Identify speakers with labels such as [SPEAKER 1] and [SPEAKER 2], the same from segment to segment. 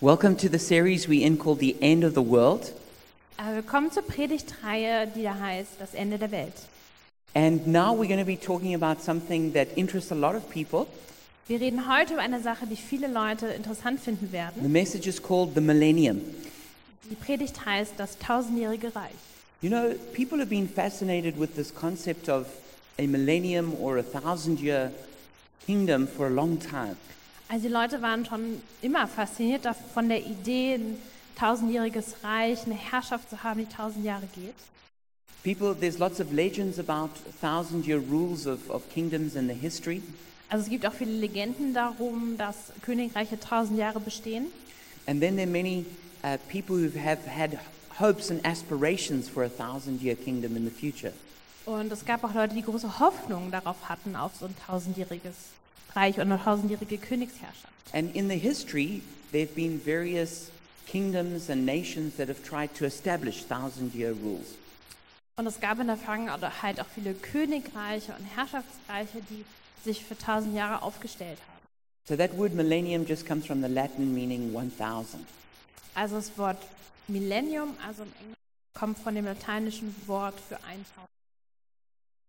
[SPEAKER 1] Welcome to the series we end called The End of the World.
[SPEAKER 2] Äh, Willkommen zur Predigtreihe, die da heißt Das Ende der Welt.
[SPEAKER 1] And now we're going to be talking about something that interests a lot of people.
[SPEAKER 2] Wir reden heute über eine Sache, die viele Leute interessant finden werden.
[SPEAKER 1] The message is called The Millennium.
[SPEAKER 2] Die Predigt heißt Das tausendjährige Reich.
[SPEAKER 1] You know, people have been fascinated with this concept of a millennium or a thousand year kingdom for a long time.
[SPEAKER 2] Also die Leute waren schon immer fasziniert dav- von der Idee, ein tausendjähriges Reich, eine Herrschaft zu haben, die tausend Jahre geht.
[SPEAKER 1] People, there's lots of legends about thousand year rules of, of kingdoms and the history.
[SPEAKER 2] Also es gibt auch viele Legenden darum, dass Königreiche tausend Jahre bestehen.
[SPEAKER 1] And then there are many uh, people who have had hopes and aspirations for a thousand year kingdom in the future.
[SPEAKER 2] Und es gab auch Leute, die große Hoffnungen darauf hatten, auf so ein tausendjähriges Reich und eine tausendjährige Königsherrschaft.
[SPEAKER 1] And in the history, there have been various kingdoms and nations that have tried to establish thousand year rules.
[SPEAKER 2] Und es gab in der Vergangenheit halt auch viele Königreiche und Herrschaftsreiche, die sich für tausend Jahre aufgestellt haben.
[SPEAKER 1] So that word millennium just comes from the Latin meaning 1000.
[SPEAKER 2] Also das Wort Millennium, also im Englischen, kommt von dem lateinischen Wort für 1000.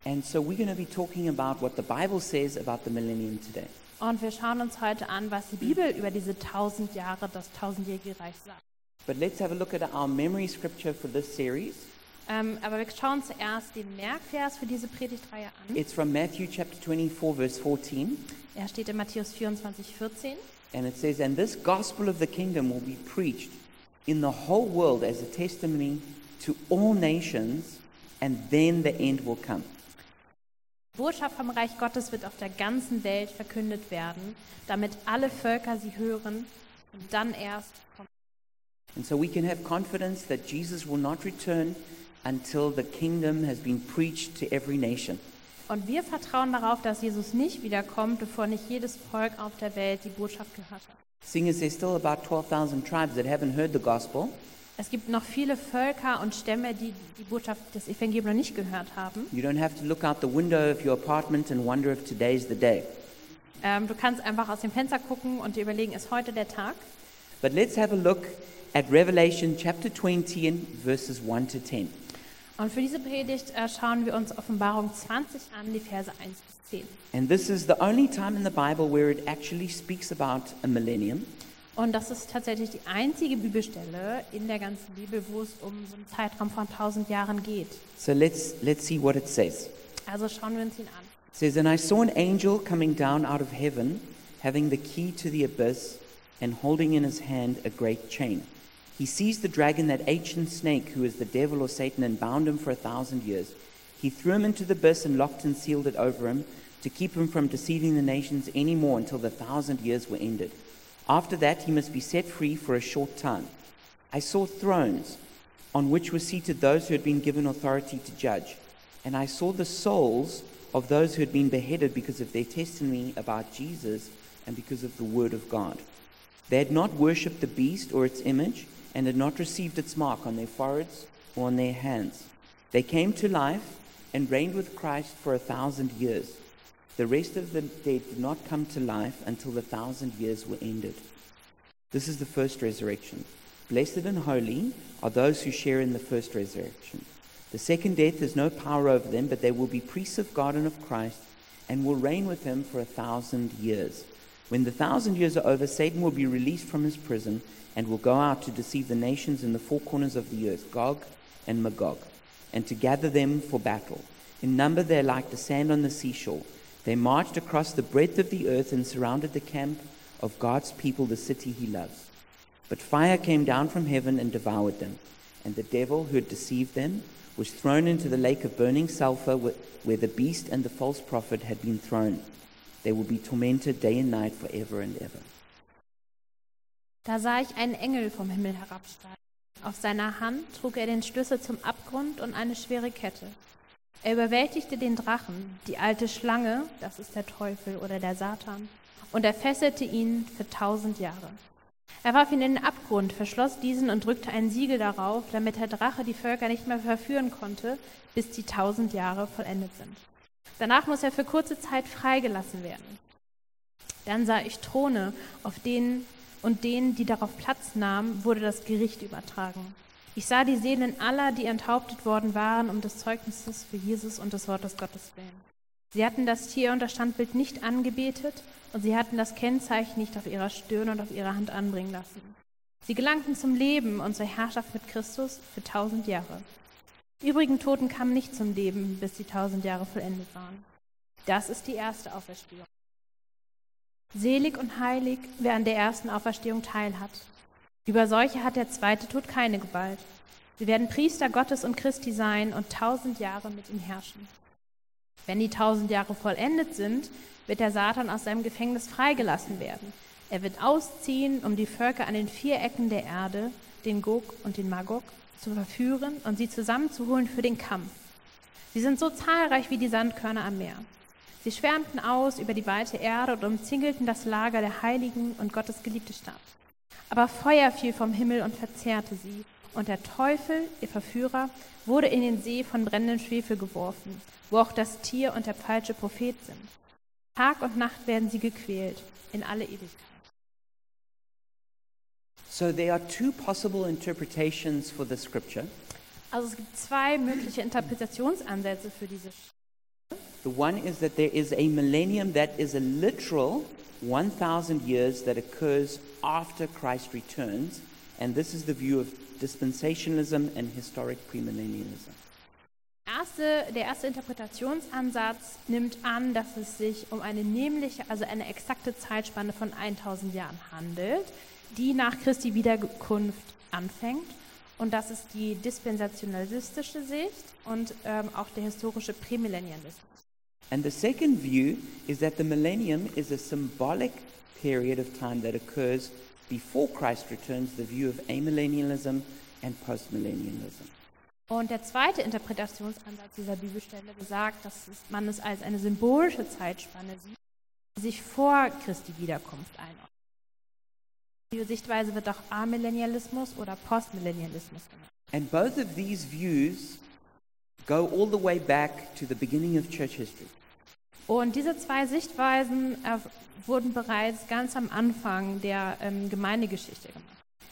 [SPEAKER 1] And so we're going to be talking about what the Bible says about the millennium today.
[SPEAKER 2] Und wir schauen uns heute an, was die Bibel über diese tausend Jahre, das tausendjährige Reich sagt.
[SPEAKER 1] But let's have a look at our memory scripture for this series.
[SPEAKER 2] Ähm, aber wir schauen zuerst den Merkvers für diese Predigtreihe an.
[SPEAKER 1] It's from Matthew chapter 24, verse 14.
[SPEAKER 2] Er steht in Matthäus 24, 14.
[SPEAKER 1] And it says, And this gospel of the kingdom will be preached in the whole world as a testimony to all nations, and then the end will come.
[SPEAKER 2] Die Botschaft vom Reich Gottes wird auf der ganzen Welt verkündet werden, damit alle Völker sie hören und dann erst kommt.
[SPEAKER 1] And so we can have confidence that Jesus will not return until the kingdom has been preached to every nation.
[SPEAKER 2] Und wir vertrauen darauf, dass Jesus nicht wiederkommt, bevor nicht jedes Volk auf der Welt die Botschaft gehört hat.
[SPEAKER 1] Seeing as there's still about 12,000 tribes that haven't heard the gospel,
[SPEAKER 2] Es gibt noch viele Völker und Stämme, die die Botschaft des Evangeliums noch nicht gehört haben.
[SPEAKER 1] you don't have to look out the window of your apartment and wonder if today's the day.
[SPEAKER 2] Ähm, du kannst einfach aus dem Fenster gucken und dir überlegen, ist heute der Tag?
[SPEAKER 1] But let's have a look at Revelation chapter 20 and verses 1 to 10.
[SPEAKER 2] Und für diese Predigt äh, schauen wir uns Offenbarung 20 an, die Verse 1 bis 10.
[SPEAKER 1] And this is the only time in the Bible where it actually speaks about a millennium.
[SPEAKER 2] Und das ist tatsächlich die einzige Bibelstelle in der ganzen Bibel, wo es um so einen Zeitraum von 1000 Jahren geht.
[SPEAKER 1] So let's, let's see what it says.
[SPEAKER 2] Also schauen wir uns ihn an.
[SPEAKER 1] It says, And I saw an angel coming down out of heaven, having the key to the abyss, and holding in his hand a great chain. He seized the dragon, that ancient snake, who is the devil or Satan, and bound him for a thousand years. He threw him into the abyss and locked and sealed it over him, to keep him from deceiving the nations any more until the thousand years were ended. After that, he must be set free for a short time. I saw thrones on which were seated those who had been given authority to judge. And I saw the souls of those who had been beheaded because of their testimony about Jesus and because of the word of God. They had not worshipped the beast or its image and had not received its mark on their foreheads or on their hands. They came to life and reigned with Christ for a thousand years. The rest of the dead did not come to life until the thousand years were ended. This is the first resurrection. Blessed and holy are those who share in the first resurrection. The second death has no power over them, but they will be priests of God and of Christ and will reign with him for a thousand years. When the thousand years are over, Satan will be released from his prison and will go out to deceive the nations in the four corners of the earth, Gog and Magog, and to gather them for battle. In number they are like the sand on the seashore. They marched across the breadth of the earth and surrounded the camp of God's people, the city he loves. But fire came down from heaven and devoured them. And the devil who had deceived them was thrown into the lake of burning sulfur wh- where the beast and the false prophet had been thrown. They will be tormented day and night forever and ever.
[SPEAKER 2] Da sah ich einen Engel vom Himmel herabsteigen. Auf seiner Hand trug er den Schlüssel zum Abgrund und eine schwere Kette. Er überwältigte den Drachen, die alte Schlange, das ist der Teufel oder der Satan, und er fesselte ihn für tausend Jahre. Er warf ihn in den Abgrund, verschloss diesen und drückte ein Siegel darauf, damit der Drache die Völker nicht mehr verführen konnte, bis die tausend Jahre vollendet sind. Danach muss er für kurze Zeit freigelassen werden. Dann sah ich Throne, auf denen und denen, die darauf Platz nahmen, wurde das Gericht übertragen. Ich sah die Seelen aller, die enthauptet worden waren, um des Zeugnisses für Jesus und des Wortes Gottes willen. Sie hatten das Tier und das Standbild nicht angebetet und sie hatten das Kennzeichen nicht auf ihrer Stirn und auf ihrer Hand anbringen lassen. Sie gelangten zum Leben und zur Herrschaft mit Christus für tausend Jahre. Die übrigen Toten kamen nicht zum Leben, bis die tausend Jahre vollendet waren. Das ist die erste Auferstehung. Selig und heilig, wer an der ersten Auferstehung teilhat. Über solche hat der zweite Tod keine Gewalt. Sie werden Priester Gottes und Christi sein und tausend Jahre mit ihm herrschen. Wenn die tausend Jahre vollendet sind, wird der Satan aus seinem Gefängnis freigelassen werden. Er wird ausziehen, um die Völker an den vier Ecken der Erde, den Gog und den Magog, zu verführen und sie zusammenzuholen für den Kampf. Sie sind so zahlreich wie die Sandkörner am Meer. Sie schwärmten aus über die weite Erde und umzingelten das Lager der Heiligen und Gottes geliebte Stadt. Aber Feuer fiel vom Himmel und verzehrte sie, und der Teufel, ihr Verführer, wurde in den See von brennendem Schwefel geworfen, wo auch das Tier und der falsche Prophet sind. Tag und Nacht werden sie gequält, in alle Ewigkeit.
[SPEAKER 1] So there are two possible interpretations for the scripture.
[SPEAKER 2] Also es gibt zwei mögliche Interpretationsansätze für diese Sch-
[SPEAKER 1] The one is that there is a millennium that is a literal 1,000 years that occurs after Christ returns, and this is the view of dispensationalism and historic premillennialism.
[SPEAKER 2] Erste, der erste Interpretationsansatz nimmt an, dass es sich um eine nämliche, also eine exakte Zeitspanne von 1000 Jahren handelt, die nach Christi Wiederkunft anfängt. Und das ist die dispensationalistische Sicht und ähm, auch der historische Prämillennialismus.
[SPEAKER 1] And the second view is that the millennium is a symbolic period of time that occurs before Christ returns, the view of amillennialism and postmillennialism.
[SPEAKER 2] Und der zweite Interpretationsansatz dieser Bibelstelle besagt, dass es, man es als eine symbolische Zeitspanne sieht, die sich vor Christi Wiederkunft einordnet. Diese Sichtweise wird auch Amillennialismus oder Postmillennialismus genannt.
[SPEAKER 1] And both of these views go all the way back to the beginning of church history.
[SPEAKER 2] Und diese zwei Sichtweisen äh, wurden bereits ganz am Anfang der ähm, Gemeindegeschichte gemacht.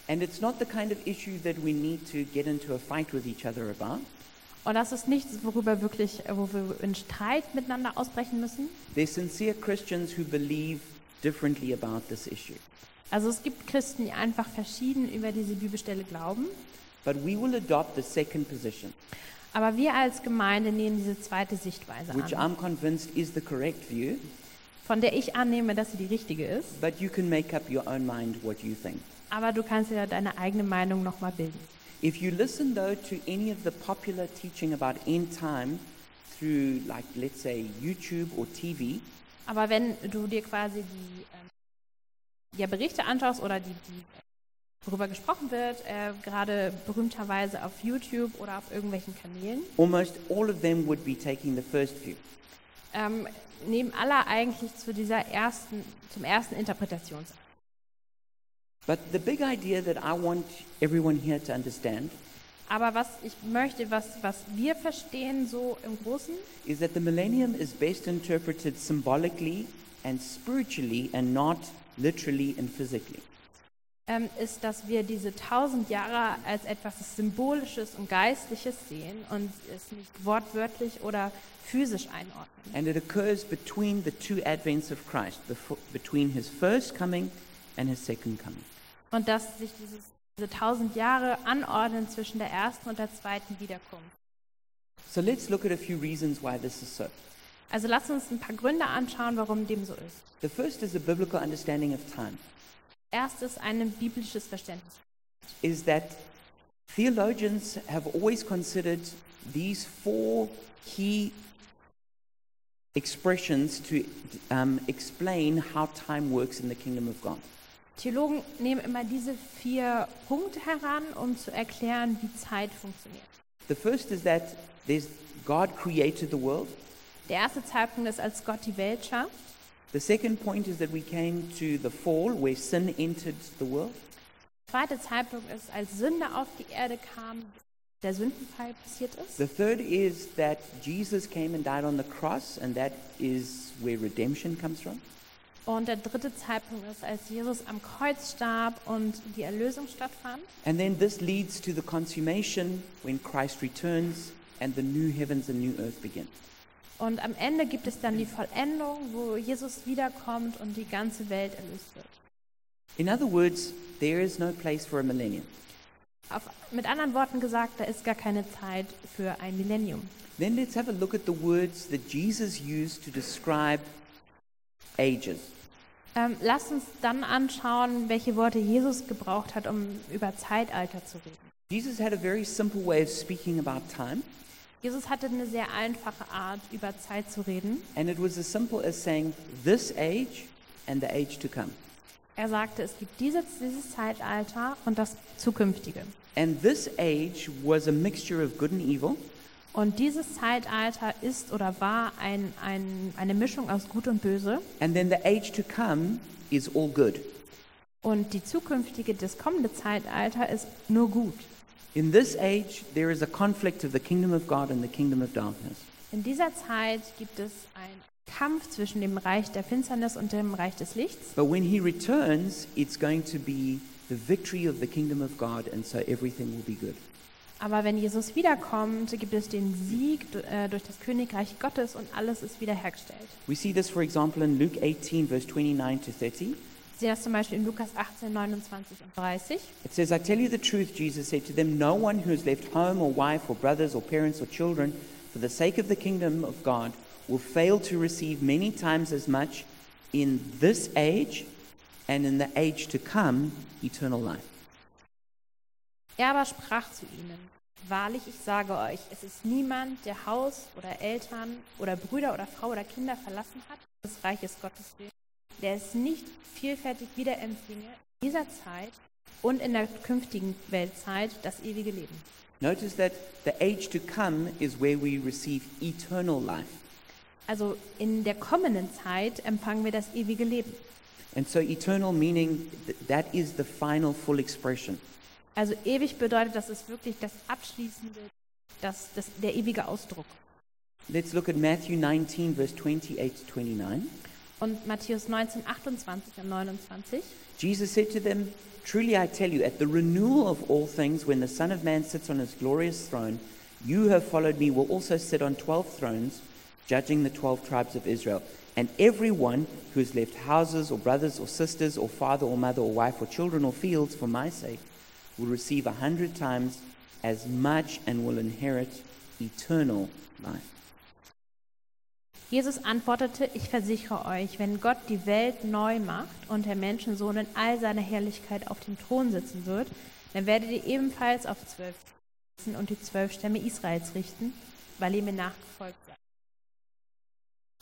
[SPEAKER 1] And it's not the kind of issue that we need to get into a fight with each other about.
[SPEAKER 2] Und das ist nichts, worüber wirklich, äh, wo wir in Streit miteinander ausbrechen müssen.
[SPEAKER 1] They're sincere Christians who believe differently about this issue.
[SPEAKER 2] Also es gibt Christen, die einfach verschieden über diese Bibelstelle glauben.
[SPEAKER 1] But we will adopt the second position,
[SPEAKER 2] Aber wir als Gemeinde nehmen diese zweite Sichtweise
[SPEAKER 1] which
[SPEAKER 2] an,
[SPEAKER 1] I'm convinced is the correct view,
[SPEAKER 2] von der ich annehme, dass sie die richtige ist.
[SPEAKER 1] but you can make up your own mind what you think.
[SPEAKER 2] Aber du kannst dir da deine eigene Meinung nochmal bilden.
[SPEAKER 1] If you listen, though, to any of the popular teaching about end time through, like, let's say, YouTube or TV,
[SPEAKER 2] Aber wenn du dir quasi die ähm, ja, Berichte anschaust oder die, die worüber gesprochen wird, äh, gerade berühmterweise auf YouTube oder auf irgendwelchen Kanälen,
[SPEAKER 1] almost all of them would be taking the first view.
[SPEAKER 2] ähm, nehmen alle eigentlich zu dieser ersten, zum ersten Interpretations.
[SPEAKER 1] But the big idea that I want everyone here to understand
[SPEAKER 2] Aber was ich möchte, was, was wir verstehen so im Großen,
[SPEAKER 1] is that the millennium is best interpreted symbolically and spiritually and not literally and physically.
[SPEAKER 2] ähm, ist, dass wir diese tausend Jahre als etwas Symbolisches und Geistliches sehen und es nicht wortwörtlich oder physisch einordnen.
[SPEAKER 1] And it occurs between the two advents of Christ, the f- between his first coming and his second coming.
[SPEAKER 2] Und dass sich dieses, diese tausend Jahre anordnen zwischen der ersten und der zweiten Wiederkunft.
[SPEAKER 1] So let's look at a few reasons why this is so.
[SPEAKER 2] Also lass uns ein paar Gründe anschauen, warum dem so ist.
[SPEAKER 1] The first is a biblical understanding of time,
[SPEAKER 2] Erstes ein biblisches Verständnis.
[SPEAKER 1] is that theologians have always considered these four key expressions to um, explain how time works in the kingdom of God.
[SPEAKER 2] Theologen nehmen immer diese vier Punkte heran, um zu erklären, wie Zeit funktioniert.
[SPEAKER 1] The first is that there's God created the world.
[SPEAKER 2] Der erste Zeitpunkt ist, als Gott die Welt schafft.
[SPEAKER 1] The second point is that we came to the fall where sin entered the world.
[SPEAKER 2] Der zweite Zeitpunkt ist, als Sünde auf die Erde kam, der Sündenfall passiert ist.
[SPEAKER 1] The third is that Jesus came and died on the cross, and that is where redemption comes from.
[SPEAKER 2] Und der dritte Zeitpunkt ist, als Jesus am Kreuz starb und die Erlösung stattfand.
[SPEAKER 1] And then this leads to the consummation when Christ returns and the new heavens and new earth begin.
[SPEAKER 2] Und am Ende gibt es dann die Vollendung, wo Jesus wiederkommt und die ganze Welt erlöst wird.
[SPEAKER 1] In other words, there is no place for a millennium.
[SPEAKER 2] Auf, mit anderen Worten gesagt, da ist gar keine Zeit für ein Millennium.
[SPEAKER 1] Then let's have a look at the words that Jesus used to describe ages.
[SPEAKER 2] Ähm, lasst uns dann anschauen, welche Worte Jesus gebraucht hat, um über Zeitalter zu reden.
[SPEAKER 1] Jesus had a very simple way of speaking about time,
[SPEAKER 2] Jesus hatte eine sehr einfache Art, über Zeit zu reden.
[SPEAKER 1] and it was as simple as saying this age and the age to come.
[SPEAKER 2] Er sagte, es gibt dieses, dieses Zeitalter und das zukünftige.
[SPEAKER 1] And this age was a mixture of good and evil,
[SPEAKER 2] Und dieses Zeitalter ist oder war ein, ein, eine Mischung aus Gut und Böse.
[SPEAKER 1] and then the age to come is all good.
[SPEAKER 2] Und die zukünftige, das kommende Zeitalter ist nur gut.
[SPEAKER 1] In this age, there is a conflict of the kingdom of God and the kingdom of darkness.
[SPEAKER 2] In dieser Zeit gibt es einen Kampf zwischen dem Reich der Finsternis und dem Reich des Lichts.
[SPEAKER 1] But when he returns, it's going to be the victory of the kingdom of God, and so everything will be good.
[SPEAKER 2] Aber wenn Jesus wiederkommt, gibt es den Sieg äh, durch das Königreich Gottes und alles ist wiederhergestellt.
[SPEAKER 1] We see this, for example, in Luke 18, verse 29 to 30.
[SPEAKER 2] Sie das zum Beispiel in Lukas 18, 29 und 30.
[SPEAKER 1] It says, I tell you the truth, Jesus said to them, No one who has left home or wife or brothers or parents or children for the sake of the kingdom of God will fail to receive many times as much in this age and in the age to come eternal life.
[SPEAKER 2] Er aber sprach zu ihnen, Wahrlich, ich sage euch, es ist niemand, der Haus oder Eltern oder Brüder oder Frau oder Kinder verlassen hat, des Reiches Gottes willen, der es nicht vielfältig wiederempfinge in dieser Zeit und in der künftigen Weltzeit das ewige Leben.
[SPEAKER 1] Notice that the age to come is where we receive eternal life.
[SPEAKER 2] Also in der kommenden Zeit empfangen wir das ewige Leben.
[SPEAKER 1] And so, eternal meaning th- that is the final full expression.
[SPEAKER 2] Also ewig bedeutet, das ist wirklich das Abschließende, das, das, der ewige Ausdruck.
[SPEAKER 1] Let's look at Matthew 19, verse 28 to 29.
[SPEAKER 2] Und Matthäus 19, 28 und 29.
[SPEAKER 1] Jesus said to them, Truly I tell you, at the renewal of all things, when the Son of Man sits on his glorious throne, you who have followed me will also sit on twelve thrones, judging the twelve tribes of Israel. And everyone who has left houses or brothers or sisters or father or mother or wife or children or fields for my sake will receive a hundred times as much and will inherit eternal life.
[SPEAKER 2] Jesus antwortete, ich versichere euch, wenn Gott die Welt neu macht und der Menschensohn in all seiner Herrlichkeit auf dem Thron sitzen wird, dann werdet ihr ebenfalls auf zwölf sitzen und die zwölf Stämme Israels richten, weil ihr mir nachgefolgt seid.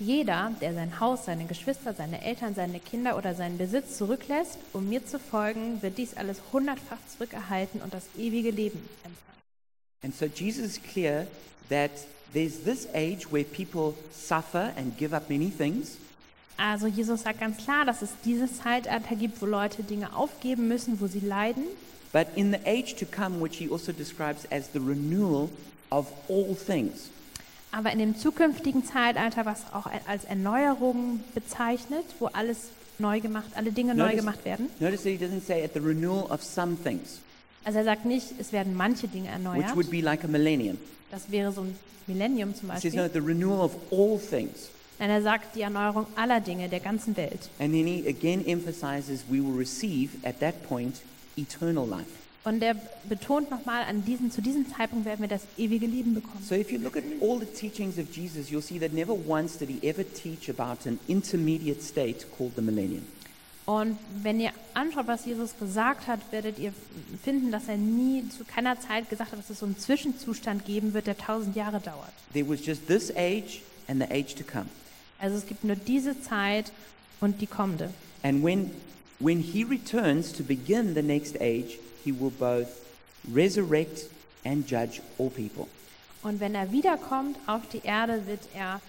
[SPEAKER 2] Jeder, der sein Haus, seine Geschwister, seine Eltern, seine Kinder oder seinen Besitz zurücklässt, um mir zu folgen, wird dies alles hundertfach zurückerhalten und das ewige Leben empfangen.
[SPEAKER 1] And so Jesus is clear that there's this age where people suffer and give up many things.
[SPEAKER 2] Also Jesus sagt ganz klar, dass es dieses Zeitalter gibt, wo Leute Dinge aufgeben müssen, wo sie leiden.
[SPEAKER 1] But in the age to come, which he also describes as the renewal of all things,
[SPEAKER 2] Aber in dem zukünftigen Zeitalter, was auch als Erneuerung bezeichnet, wo alles neu gemacht, alle Dinge neu
[SPEAKER 1] Notice-
[SPEAKER 2] gemacht werden.
[SPEAKER 1] Notice that he doesn't say at the renewal of some things,
[SPEAKER 2] Also er sagt nicht, es werden manche Dinge
[SPEAKER 1] which
[SPEAKER 2] erneuert.
[SPEAKER 1] would be like a millennium.
[SPEAKER 2] Das wäre so ein Millennium zum
[SPEAKER 1] He says, no,
[SPEAKER 2] Beispiel.
[SPEAKER 1] the renewal of all things.
[SPEAKER 2] Nein, er sagt die Erneuerung aller Dinge der ganzen Welt.
[SPEAKER 1] And then he again emphasizes we will receive at that point eternal life.
[SPEAKER 2] Und er betont nochmal, an diesen, zu diesem Zeitpunkt werden wir das ewige Leben bekommen.
[SPEAKER 1] So if you look at all the teachings of Jesus, you'll see that never once did he ever teach about an intermediate state called the millennium.
[SPEAKER 2] Und wenn ihr anschaut, was Jesus gesagt hat, werdet ihr finden, dass er nie zu keiner Zeit gesagt hat, dass es so einen Zwischenzustand geben wird, der tausend Jahre dauert.
[SPEAKER 1] There was just this age and the age to come.
[SPEAKER 2] Also es gibt nur diese Zeit und die kommende.
[SPEAKER 1] And when, when he returns to begin the next age, he will both resurrect and judge all people.
[SPEAKER 2] Und wenn er wiederkommt auf die Erde, wird er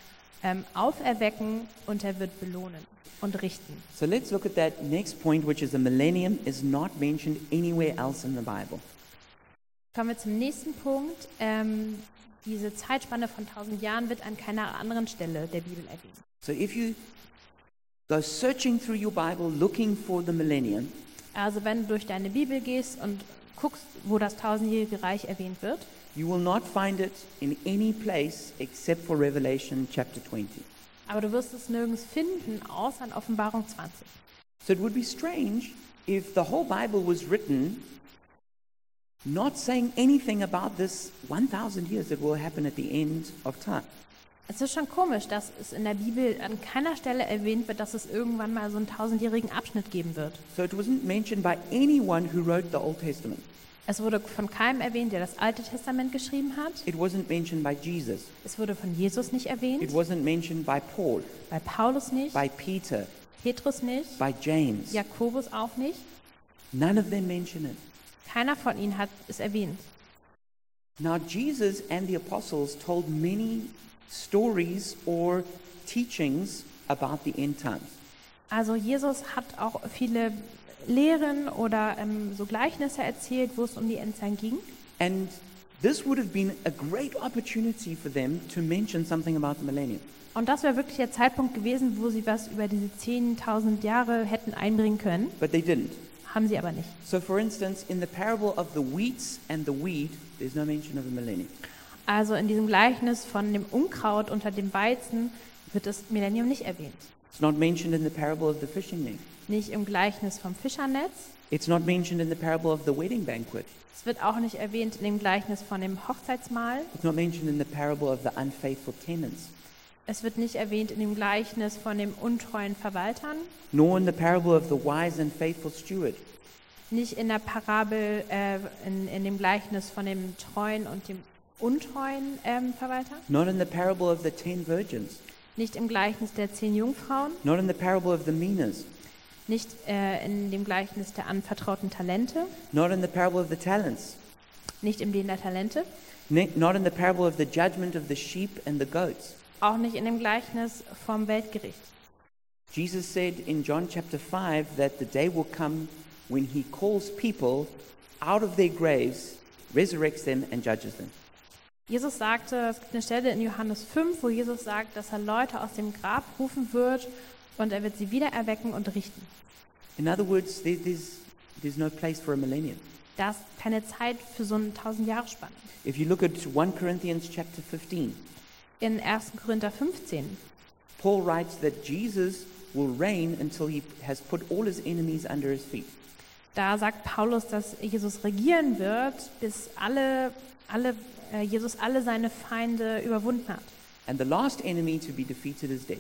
[SPEAKER 2] ähm, auferwecken und er wird belohnen und richten.
[SPEAKER 1] So let's look at that next point, which is the millennium is not mentioned anywhere else in the Bible.
[SPEAKER 2] Kommen wir zum nächsten Punkt. Ähm, diese Zeitspanne von tausend Jahren wird an keiner anderen Stelle der Bibel erwähnt.
[SPEAKER 1] So if you Go searching through your Bible looking for the millennium,
[SPEAKER 2] Also wenn du durch deine Bibel gehst und guckst, wo das tausendjährige Reich erwähnt wird,
[SPEAKER 1] you will not find it in any place except for Revelation chapter 20.
[SPEAKER 2] aber du wirst es nirgends finden, außer in Offenbarung 20.
[SPEAKER 1] So it would be strange if the whole Bible was written not saying anything about this 1,000 years that will happen at the end of time.
[SPEAKER 2] Es ist schon komisch, dass es in der Bibel an keiner Stelle erwähnt wird, dass es irgendwann mal so einen tausendjährigen Abschnitt geben wird.
[SPEAKER 1] So it wasn't mentioned by anyone who wrote the Old Testament.
[SPEAKER 2] Es wurde von keinem erwähnt, der das Alte Testament geschrieben hat.
[SPEAKER 1] It wasn't mentioned by Jesus.
[SPEAKER 2] Es wurde von Jesus nicht
[SPEAKER 1] It
[SPEAKER 2] erwähnt,
[SPEAKER 1] wasn't mentioned by Paul,
[SPEAKER 2] bei Paulus nicht,
[SPEAKER 1] by Peter,
[SPEAKER 2] Petrus nicht,
[SPEAKER 1] by James.
[SPEAKER 2] Jakobus auch nicht.
[SPEAKER 1] None of them mention it.
[SPEAKER 2] Keiner von ihnen hat es erwähnt.
[SPEAKER 1] Now, Jesus and the apostles told many stories or teachings about the end times.
[SPEAKER 2] Also Jesus hat auch viele Lehren oder ähm, so Gleichnisse erzählt, wo es um die Endzeit ging.
[SPEAKER 1] And this would have been a great opportunity for them to mention something about the millennium.
[SPEAKER 2] Und das wäre wirklich der Zeitpunkt gewesen, wo sie was über diese 10.000 Jahre hätten einbringen können,
[SPEAKER 1] But they didn't.
[SPEAKER 2] haben sie aber nicht.
[SPEAKER 1] So, for instance, in the parable of the wheats and the weed, there's no mention of the millennium.
[SPEAKER 2] Also in diesem Gleichnis von dem Unkraut unter dem Weizen wird das Millennium nicht erwähnt.
[SPEAKER 1] It's not mentioned in the parable of the fishing net.
[SPEAKER 2] Nicht im Gleichnis vom Fischernetz.
[SPEAKER 1] It's not mentioned in the parable of the wedding banquet.
[SPEAKER 2] Es wird auch nicht erwähnt in dem Gleichnis von dem Hochzeitsmahl.
[SPEAKER 1] It's not mentioned in the parable of the unfaithful tenants,
[SPEAKER 2] Es wird nicht erwähnt in dem Gleichnis von dem untreuen Verwaltern.
[SPEAKER 1] nor in the parable of the wise and faithful steward.
[SPEAKER 2] Nicht in der Parabel, äh, in, in dem Gleichnis von dem treuen und dem untreuen ähm, Verwalter.
[SPEAKER 1] Not in the parable of the ten virgins.
[SPEAKER 2] Nicht im Gleichnis der zehn Jungfrauen.
[SPEAKER 1] Not in the parable of the minas.
[SPEAKER 2] Nicht äh, in dem Gleichnis der anvertrauten Talente.
[SPEAKER 1] Not in the parable of the talents.
[SPEAKER 2] Nicht im Dehn der Talente.
[SPEAKER 1] Ne- Not in the parable of the judgment of the sheep and the goats.
[SPEAKER 2] Auch nicht in dem Gleichnis vom Weltgericht.
[SPEAKER 1] Jesus said in John chapter 5 that the day will come when he calls people out of their graves, resurrects them, and judges them.
[SPEAKER 2] Jesus sagte, es gibt eine Stelle in Johannes 5, wo Jesus sagt, dass er Leute aus dem Grab rufen wird und er wird sie wieder erwecken und richten.
[SPEAKER 1] In other words, there, there's, there's no place for a millennium.
[SPEAKER 2] Da ist keine Zeit für so eine 1000 Jahre Spanne.
[SPEAKER 1] If you look at 1 Corinthians chapter 15,
[SPEAKER 2] In 1. Korinther 15,
[SPEAKER 1] Paul writes that Jesus will reign until he has put all his enemies under his feet.
[SPEAKER 2] da sagt Paulus, dass Jesus regieren wird, bis alle, alle, äh, Jesus alle seine Feinde überwunden hat.
[SPEAKER 1] And the last enemy to be defeated is death.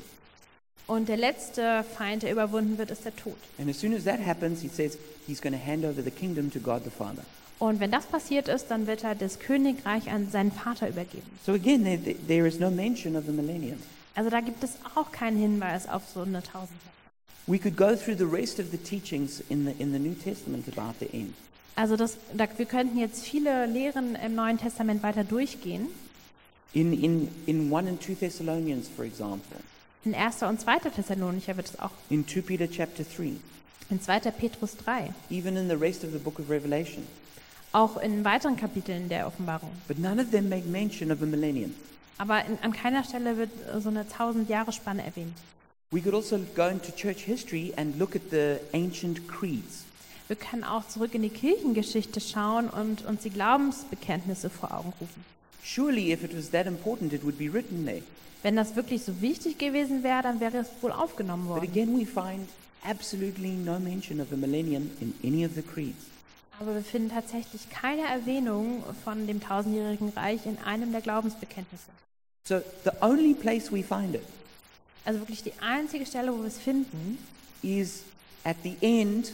[SPEAKER 2] Und der letzte Feind, der überwunden wird, ist der Tod.
[SPEAKER 1] And as soon as that happens, he says he's going to hand over the kingdom to God the Father.
[SPEAKER 2] Und wenn das passiert ist, dann wird er das Königreich an seinen Vater übergeben.
[SPEAKER 1] So again, there, there- there is no mention of the millennium.
[SPEAKER 2] Also da gibt es auch keinen Hinweis auf so eine 1000 Jahre.
[SPEAKER 1] We could go through the rest of the teachings in the, in the New Testament about the end.
[SPEAKER 2] Also das, da, wir könnten jetzt viele Lehren im Neuen Testament weiter durchgehen.
[SPEAKER 1] In, in, in 1 and 2 Thessalonians, for example,
[SPEAKER 2] In 1. und 2. Thessalonicher wird es auch,
[SPEAKER 1] in 2 Peter chapter 3,
[SPEAKER 2] in 2. Petrus 3,
[SPEAKER 1] even in the rest of the book of Revelation.
[SPEAKER 2] auch in weiteren Kapiteln der Offenbarung.
[SPEAKER 1] But none of them make mention of a millennium.
[SPEAKER 2] Aber in, an keiner Stelle wird äh, so eine 1000 Jahre Spanne erwähnt.
[SPEAKER 1] We could also go into church history and look at the ancient creeds.
[SPEAKER 2] Wir können auch zurück in die Kirchengeschichte schauen und uns die Glaubensbekenntnisse vor Augen rufen.
[SPEAKER 1] Surely, if it was that important, it would be written there.
[SPEAKER 2] Wenn das wirklich so wichtig gewesen wäre, dann wäre es wohl aufgenommen
[SPEAKER 1] But
[SPEAKER 2] worden.
[SPEAKER 1] again, we find absolutely no mention of a millennium in any of the creeds.
[SPEAKER 2] Aber wir finden tatsächlich keine Erwähnung von dem tausendjährigen Reich in einem der Glaubensbekenntnisse.
[SPEAKER 1] So the only place we find it
[SPEAKER 2] Also wirklich die einzige Stelle, wo wir es finden,
[SPEAKER 1] is at the end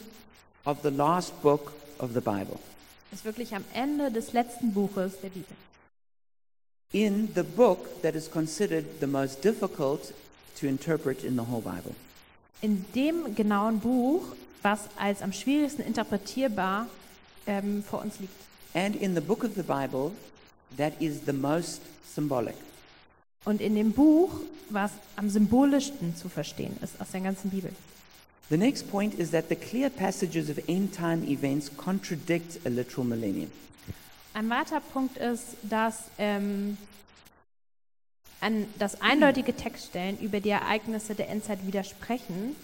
[SPEAKER 1] of the last book of the Bible.
[SPEAKER 2] ist wirklich am Ende des letzten Buches der Bibel.
[SPEAKER 1] In the book that is considered the most difficult to interpret in the whole Bible.
[SPEAKER 2] In dem genauen Buch, was als am schwierigsten interpretierbar ähm, vor uns liegt.
[SPEAKER 1] And in the book of the Bible that is the most symbolic.
[SPEAKER 2] Und in dem Buch, was am symbolischsten zu verstehen ist aus der ganzen Bibel.
[SPEAKER 1] The next point is that the clear passages of end time events contradict a literal millennium.
[SPEAKER 2] Ein weiterer Punkt ist, dass ähm, an das eindeutige Textstellen über die Ereignisse der Endzeit widersprechen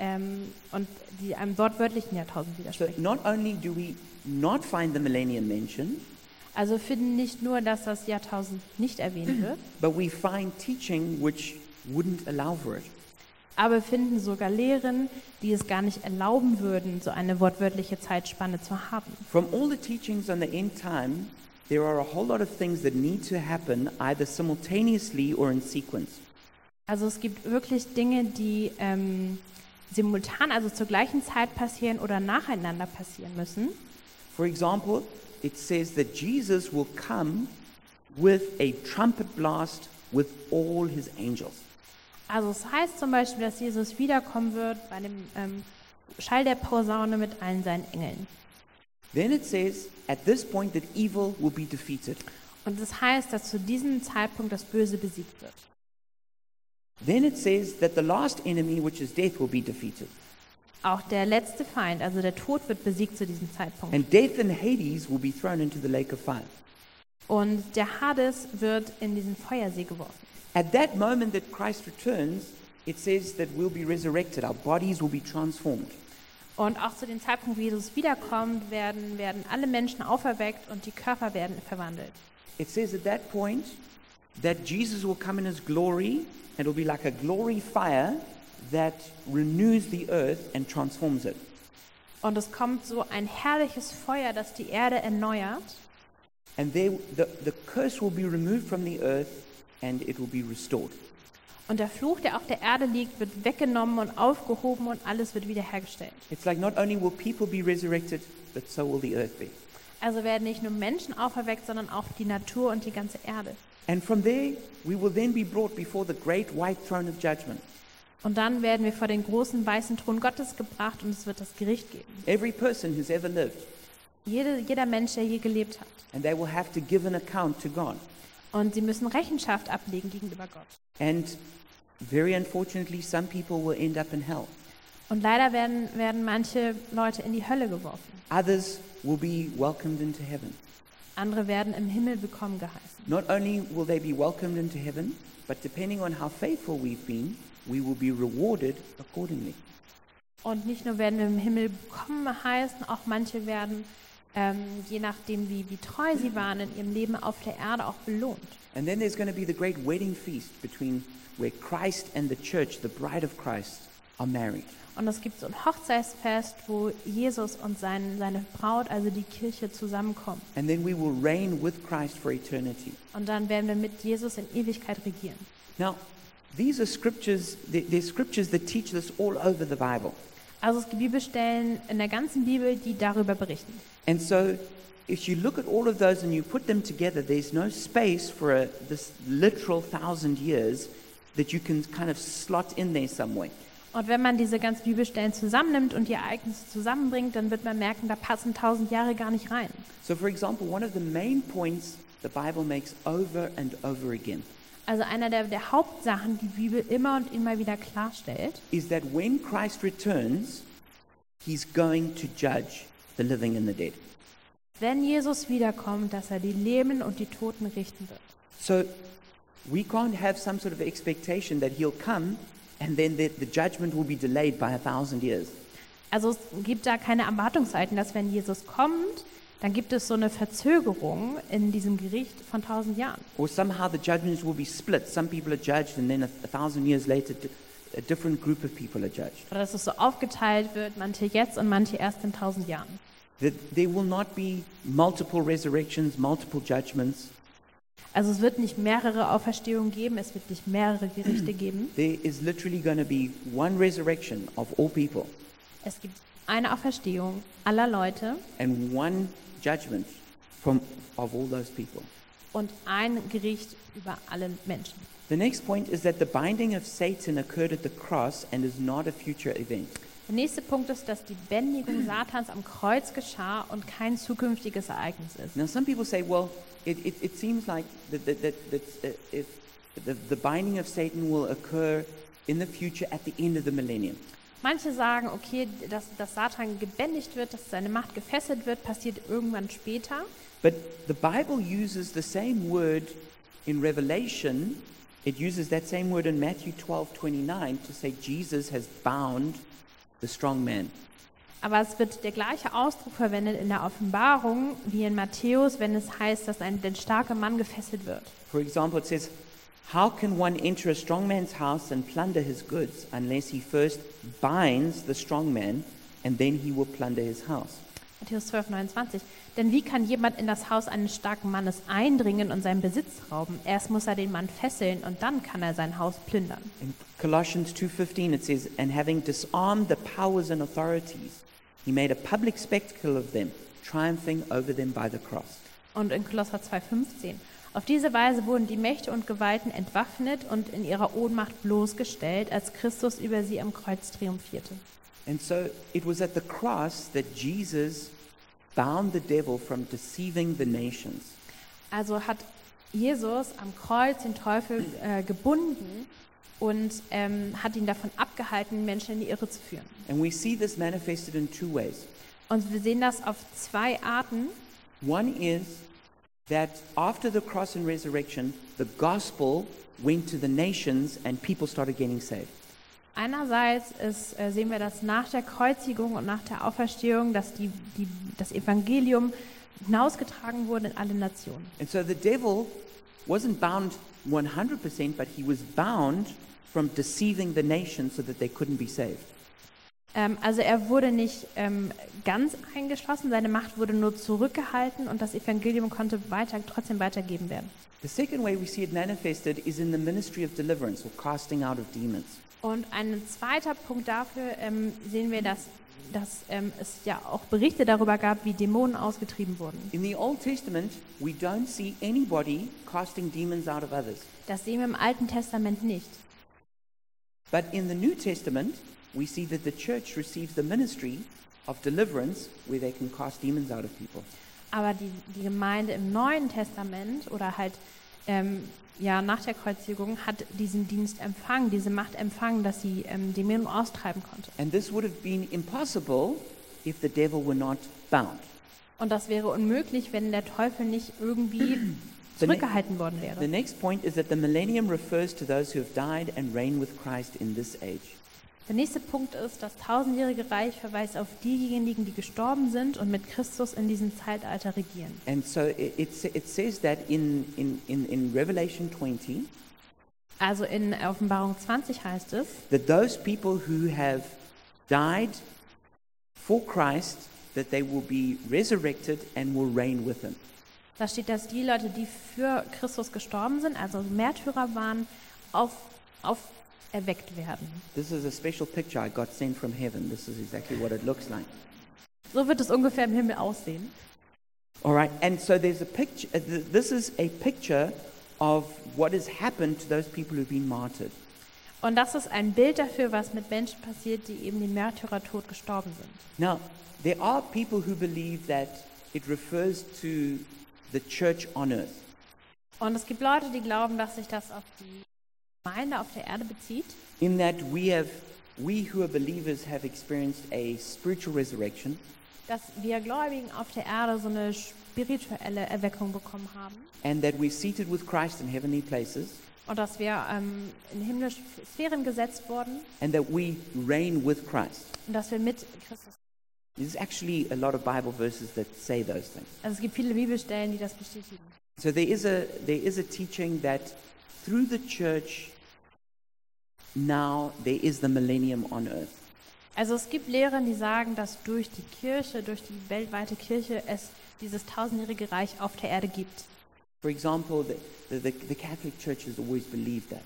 [SPEAKER 2] ähm, und die einem wortwörtlichen Jahrtausend
[SPEAKER 1] So
[SPEAKER 2] widersprechen.
[SPEAKER 1] not only do we not find the millennium mentioned,
[SPEAKER 2] Also finden nicht nur, dass das Jahrtausend nicht erwähnt wird,
[SPEAKER 1] but we find teaching which wouldn't allow for it.
[SPEAKER 2] aber finden sogar Lehren, die es gar nicht erlauben würden, so eine wortwörtliche Zeitspanne zu haben.
[SPEAKER 1] From all the teachings on the end time, there are a whole lot of things that need to happen either simultaneously or in sequence.
[SPEAKER 2] Also es gibt wirklich Dinge, die ähm, simultan, also zur gleichen Zeit passieren oder nacheinander passieren müssen.
[SPEAKER 1] For example, it says that Jesus will come with a trumpet blast with all his angels.
[SPEAKER 2] Also es heißt zum Beispiel, dass Jesus wiederkommen wird bei dem ähm, Schall der Posaune mit allen seinen Engeln.
[SPEAKER 1] Then it says, at this point, that evil will be defeated.
[SPEAKER 2] Und es heißt, dass zu diesem Zeitpunkt das Böse besiegt wird.
[SPEAKER 1] Then it says that the last enemy, which is death, will be defeated.
[SPEAKER 2] Auch der letzte Feind, also der Tod, wird besiegt zu diesem Zeitpunkt.
[SPEAKER 1] And death and Hades will be thrown into the lake of fire.
[SPEAKER 2] Und der Hades wird in diesen Feuersee geworfen.
[SPEAKER 1] At that moment that Christ returns, it says that we'll be resurrected, our bodies will be transformed.
[SPEAKER 2] Und auch zu dem Zeitpunkt, wo Jesus wiederkommt, werden, werden alle Menschen auferweckt und die Körper werden verwandelt.
[SPEAKER 1] It says at that point that Jesus will come in his glory, and it'll be like a glory fire that renews the earth and transforms it.
[SPEAKER 2] Und es kommt so ein herrliches Feuer, das die Erde erneuert.
[SPEAKER 1] And there, the, the curse will be removed from the earth and it will be restored.
[SPEAKER 2] Und der Fluch, der auf der Erde liegt, wird weggenommen und aufgehoben und alles wird wiederhergestellt.
[SPEAKER 1] It's like not only will people be resurrected, but so will the earth be.
[SPEAKER 2] Also werden nicht nur Menschen auferweckt, sondern auch die Natur und die ganze Erde.
[SPEAKER 1] And from there, we will then be brought before the great white throne of judgment.
[SPEAKER 2] Und dann werden wir vor den großen weißen Thron Gottes gebracht und es wird das Gericht geben.
[SPEAKER 1] Every person who's ever lived,
[SPEAKER 2] Jede, jeder Mensch, der je gelebt hat.
[SPEAKER 1] and they will have to give an account to God.
[SPEAKER 2] Und sie müssen Rechenschaft ablegen gegenüber Gott.
[SPEAKER 1] And very unfortunately, some people will end up in hell.
[SPEAKER 2] Und leider werden, werden manche Leute in die Hölle geworfen.
[SPEAKER 1] Others will be welcomed into heaven.
[SPEAKER 2] Andere werden im Himmel willkommen geheißen.
[SPEAKER 1] Not only will they be welcomed into heaven, but depending on how faithful we've been, we will be rewarded accordingly.
[SPEAKER 2] Und nicht nur werden wir im Himmel willkommen heißen, auch manche werden, ähm, je nachdem wie, wie treu sie waren in ihrem Leben auf der Erde, auch belohnt.
[SPEAKER 1] And then there's going to be the great wedding feast between where Christ and the church, the bride of Christ, are married.
[SPEAKER 2] Und es gibt so ein Hochzeitsfest, wo Jesus und sein, seine Braut, also die Kirche, zusammenkommen.
[SPEAKER 1] And then we will reign with Christ for eternity.
[SPEAKER 2] Und dann werden wir mit Jesus in Ewigkeit regieren.
[SPEAKER 1] Now, these are scriptures, th- they're scriptures that teach this all over the Bible.
[SPEAKER 2] Also es gibt Bibelstellen in der ganzen Bibel, die darüber berichten.
[SPEAKER 1] And so, if you look at all of those and you put them together, there's no space for a, this literal thousand years that you can kind of slot in there some way.
[SPEAKER 2] Und wenn man diese ganzen Bibelstellen zusammennimmt und die Ereignisse zusammenbringt, dann wird man merken, da passen tausend Jahre gar nicht rein.
[SPEAKER 1] So, for example, one of the main points the Bible makes over and over again
[SPEAKER 2] Also einer der, der Hauptsachen, die die Bibel immer und immer wieder klarstellt,
[SPEAKER 1] is that when Christ returns, he's going to judge the living and the dead.
[SPEAKER 2] wenn Jesus wiederkommt, dass er die Lebenden und die Toten richten wird.
[SPEAKER 1] So, we can't have some sort of expectation that he'll come and then the, the judgment will be delayed by a thousand years.
[SPEAKER 2] Also es gibt da keine Erwartungshalten, dass wenn Jesus kommt, dann gibt es so eine Verzögerung in diesem Gericht von tausend Jahren.
[SPEAKER 1] Or somehow the judgments will be split. Some people are judged, and then a, a thousand years later, di- a different group of people are judged.
[SPEAKER 2] Oder dass es so aufgeteilt wird, manche jetzt und manche erst in tausend Jahren.
[SPEAKER 1] That there will not be multiple resurrections, multiple judgments.
[SPEAKER 2] Also es wird nicht mehrere Auferstehungen geben, es wird nicht mehrere Gerichte geben.
[SPEAKER 1] There is literally going to be one resurrection of all people
[SPEAKER 2] Es gibt eine Auferstehung aller Leute
[SPEAKER 1] and one judgment from, of all those people.
[SPEAKER 2] und ein Gericht über alle Menschen.
[SPEAKER 1] The next point is that the binding of Satan occurred at the cross and is not a future event.
[SPEAKER 2] Der nächste Punkt ist, dass die Bändigung Satans am Kreuz geschah und kein zukünftiges Ereignis ist.
[SPEAKER 1] Now, some people say, well, it, it, it seems like that, that, that, that uh, if the, the binding of Satan will occur in the future at the end of the millennium.
[SPEAKER 2] Manche sagen, okay, dass, dass Satan gebändigt wird, dass seine Macht gefesselt wird, passiert irgendwann später.
[SPEAKER 1] But the Bible uses the same word in Revelation It uses that same word in Matthew 12 29 to say Jesus has bound the strong man.
[SPEAKER 2] Aber es wird der gleiche Ausdruck verwendet in der Offenbarung wie in Matthäus, wenn es heißt, dass ein der starke Mann gefesselt wird.
[SPEAKER 1] For example, it says, How can one enter a strong man's house and plunder his goods unless he first binds the strong man and then he will plunder his house?
[SPEAKER 2] Matthäus 12, 29. Denn wie kann jemand in das Haus eines starken Mannes eindringen und seinen Besitz rauben? Erst muss er den Mann fesseln und dann kann er sein Haus plündern.
[SPEAKER 1] In Colossians 2:15 it says, "And having disarmed the powers and authorities, he made a public spectacle of them, triumphing over them by the cross."
[SPEAKER 2] Und in Kolosser 2,15. Auf diese Weise wurden die Mächte und Gewalten entwaffnet und in ihrer Ohnmacht bloßgestellt, als Christus über sie am Kreuz triumphierte.
[SPEAKER 1] And so it was at the cross that Jesus bound the devil from deceiving the nations.
[SPEAKER 2] Also hat Jesus am Kreuz den Teufel äh, gebunden und ähm, hat ihn davon abgehalten, Menschen in die Irre zu führen.
[SPEAKER 1] And we see this manifested in two ways.
[SPEAKER 2] Und wir sehen das auf zwei Arten.
[SPEAKER 1] One is that after the cross and resurrection, the gospel went to the nations and people started getting saved.
[SPEAKER 2] Einerseits ist, äh, sehen wir das nach der Kreuzigung und nach der Auferstehung, dass die, die, das Evangelium hinausgetragen wurde in alle Nationen.
[SPEAKER 1] And so the devil wasn't bound 100%, but he was bound from deceiving the nations so that they couldn't be saved.
[SPEAKER 2] Ähm, also er wurde nicht ähm, ganz eingeschlossen, seine Macht wurde nur zurückgehalten und das Evangelium konnte weiter, trotzdem weitergegeben werden.
[SPEAKER 1] The second way we see it manifested is in the ministry of deliverance or casting out of demons.
[SPEAKER 2] Und ein zweiter Punkt dafür ähm, sehen wir, dass, dass ähm, es ja auch Berichte darüber gab, wie Dämonen ausgetrieben wurden.
[SPEAKER 1] In the Old Testament, we don't see anybody casting demons out of others.
[SPEAKER 2] Das sehen wir im Alten Testament nicht.
[SPEAKER 1] But in the New Testament, we see that the church receives the ministry of deliverance where they can cast demons out of people.
[SPEAKER 2] Aber die, die Gemeinde im Neuen Testament oder halt ähm, ja, nach der Kreuzigung hat diesen Dienst empfangen, diese Macht empfangen, dass sie ähm, Dämonen austreiben konnte.
[SPEAKER 1] And this would have been impossible if the devil were not bound.
[SPEAKER 2] Und das wäre unmöglich, wenn der Teufel nicht irgendwie zurückgehalten worden
[SPEAKER 1] The
[SPEAKER 2] wäre.
[SPEAKER 1] next point is that the millennium refers to those who have died and reign with Christ in this age.
[SPEAKER 2] Der nächste Punkt ist, das tausendjährige Reich verweist auf diejenigen, die gestorben sind und mit Christus in diesem Zeitalter regieren.
[SPEAKER 1] And so it, it, sa- it says that in, in, in, in Revelation 20
[SPEAKER 2] Also in Offenbarung 20 heißt es,
[SPEAKER 1] that those people who have died for Christ, that they will be resurrected and will reign with him.
[SPEAKER 2] da steht, dass die Leute, die für Christus gestorben sind, also Märtyrer waren, auf, auf erweckt werden.
[SPEAKER 1] This is a special picture I got sent from heaven. This is exactly what it looks like.
[SPEAKER 2] So wird es ungefähr im Himmel aussehen.
[SPEAKER 1] All right, and so there's a picture. uh, th- This is a picture of what has happened to those people who've been martyred.
[SPEAKER 2] Und das ist ein Bild dafür, was mit Menschen passiert, die eben den Märtyrertod gestorben sind.
[SPEAKER 1] Now, there are people who believe that it refers to the church on earth.
[SPEAKER 2] Und es gibt Leute, die glauben, dass sich das auf die Gemeinde auf der Erde bezieht.
[SPEAKER 1] in that we have we who are believers have experienced a spiritual resurrection
[SPEAKER 2] dass wir Gläubigen auf der Erde so eine spirituelle Erweckung bekommen haben
[SPEAKER 1] and that we're seated with Christ in heavenly places
[SPEAKER 2] und dass wir ähm, in himmlische Sphären gesetzt wurden
[SPEAKER 1] and that we reign with Christ.
[SPEAKER 2] und dass wir mit Christus.
[SPEAKER 1] There's actually a lot of Bible verses that say those things.
[SPEAKER 2] Also es gibt viele Bibelstellen, die das bestätigen.
[SPEAKER 1] So there is a there is a teaching that through the church now there is the millennium on earth.
[SPEAKER 2] Also es gibt Lehren, die sagen, dass durch die Kirche, durch die weltweite Kirche es dieses tausendjährige Reich auf der Erde gibt. Zum
[SPEAKER 1] For example, the, the, the, the Catholic Church has always believed that.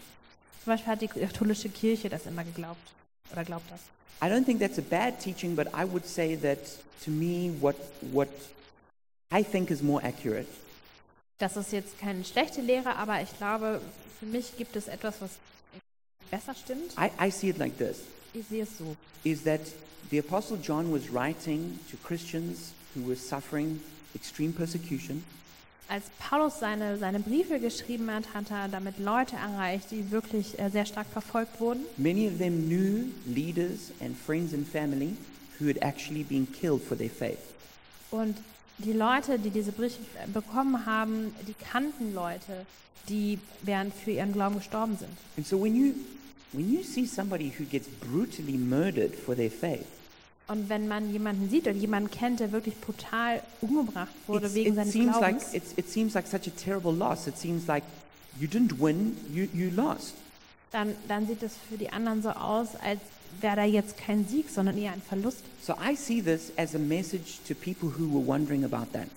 [SPEAKER 2] Beispiel hat die katholische Kirche das immer geglaubt oder glaubt das.
[SPEAKER 1] I don't think that's a bad teaching, but I would say that to me, what, what I think is more accurate
[SPEAKER 2] Das ist jetzt keine schlechte Lehre, aber ich glaube, für mich gibt es etwas, was besser stimmt.
[SPEAKER 1] I, I see it like this
[SPEAKER 2] Ich sehe es so.
[SPEAKER 1] is that the Apostle John was writing to Christians who were suffering extreme persecution,
[SPEAKER 2] Als Paulus seine, seine Briefe geschrieben hat, hat er damit Leute erreicht, die wirklich äh, sehr stark verfolgt wurden.
[SPEAKER 1] many of them knew leaders and friends and family who had actually been killed for their faith.
[SPEAKER 2] Und Die Leute, die diese Briefe äh, bekommen haben, die kannten Leute, die während für ihren Glauben gestorben sind.
[SPEAKER 1] And so when you when you see somebody who gets brutally murdered for their faith,
[SPEAKER 2] Und wenn man jemanden sieht oder jemanden kennt, der wirklich brutal umgebracht wurde
[SPEAKER 1] it's-
[SPEAKER 2] wegen
[SPEAKER 1] it
[SPEAKER 2] seines
[SPEAKER 1] seems like
[SPEAKER 2] Glaubens,
[SPEAKER 1] it's, it seems like such a terrible loss. It seems like you didn't win, you, you lost.
[SPEAKER 2] dann, dann sieht das für die anderen so aus, als wäre da jetzt kein Sieg, sondern eher ein Verlust.
[SPEAKER 1] So I see this as a message to people who were wondering about that.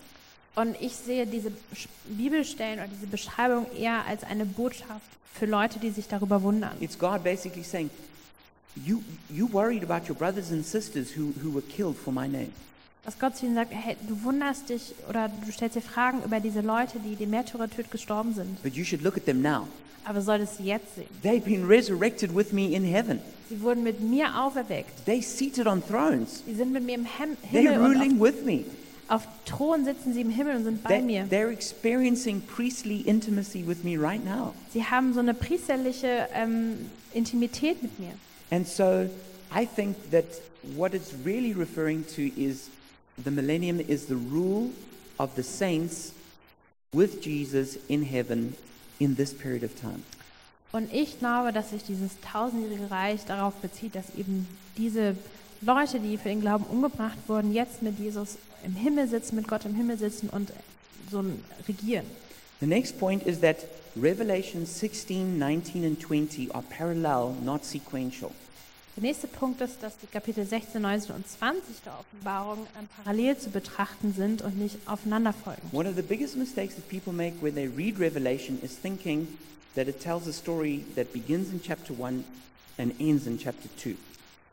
[SPEAKER 2] Und ich sehe diese Sch- Bibelstellen oder diese Beschreibung eher als eine Botschaft für Leute, die sich darüber wundern.
[SPEAKER 1] It's God basically saying, you, you worried about your brothers and sisters who, who were killed for my name.
[SPEAKER 2] Dass Gott zu ihnen sagt, hey, du wunderst dich oder du stellst dir Fragen über diese Leute, die dem Märtyrertod gestorben sind.
[SPEAKER 1] But you should look at them now.
[SPEAKER 2] Aber solltest du jetzt sehen.
[SPEAKER 1] They've been resurrected with me in heaven.
[SPEAKER 2] Sie wurden mit mir auferweckt.
[SPEAKER 1] They seated on thrones.
[SPEAKER 2] Sie sind mit mir im Hem
[SPEAKER 1] They're
[SPEAKER 2] Himmel
[SPEAKER 1] ruling
[SPEAKER 2] und
[SPEAKER 1] with me.
[SPEAKER 2] auf, auf Thron sitzen sie im Himmel und sind bei
[SPEAKER 1] They,
[SPEAKER 2] mir.
[SPEAKER 1] they're experiencing priestly intimacy with me right now.
[SPEAKER 2] Sie haben so eine priesterliche ähm, Intimität mit mir.
[SPEAKER 1] And so I think that what it's really referring to is the millennium is the rule of the saints with Jesus in heaven in this period of time.
[SPEAKER 2] Und ich glaube, dass sich dieses tausendjährige Reich darauf bezieht, dass eben diese Leute, die für den Glauben umgebracht wurden, jetzt mit Jesus im Himmel sitzen, mit Gott im Himmel sitzen und so ein regieren.
[SPEAKER 1] The next point is that Revelation 16, 19, and 20 are parallel, not sequential.
[SPEAKER 2] Der nächste Punkt ist, dass die Kapitel 16, 19 und 20 der Offenbarung ähm, parallel zu betrachten sind und nicht aufeinander folgen.
[SPEAKER 1] One of the biggest mistakes that people make when they read Revelation is thinking that it tells a story that begins in chapter 1 and ends in chapter 2.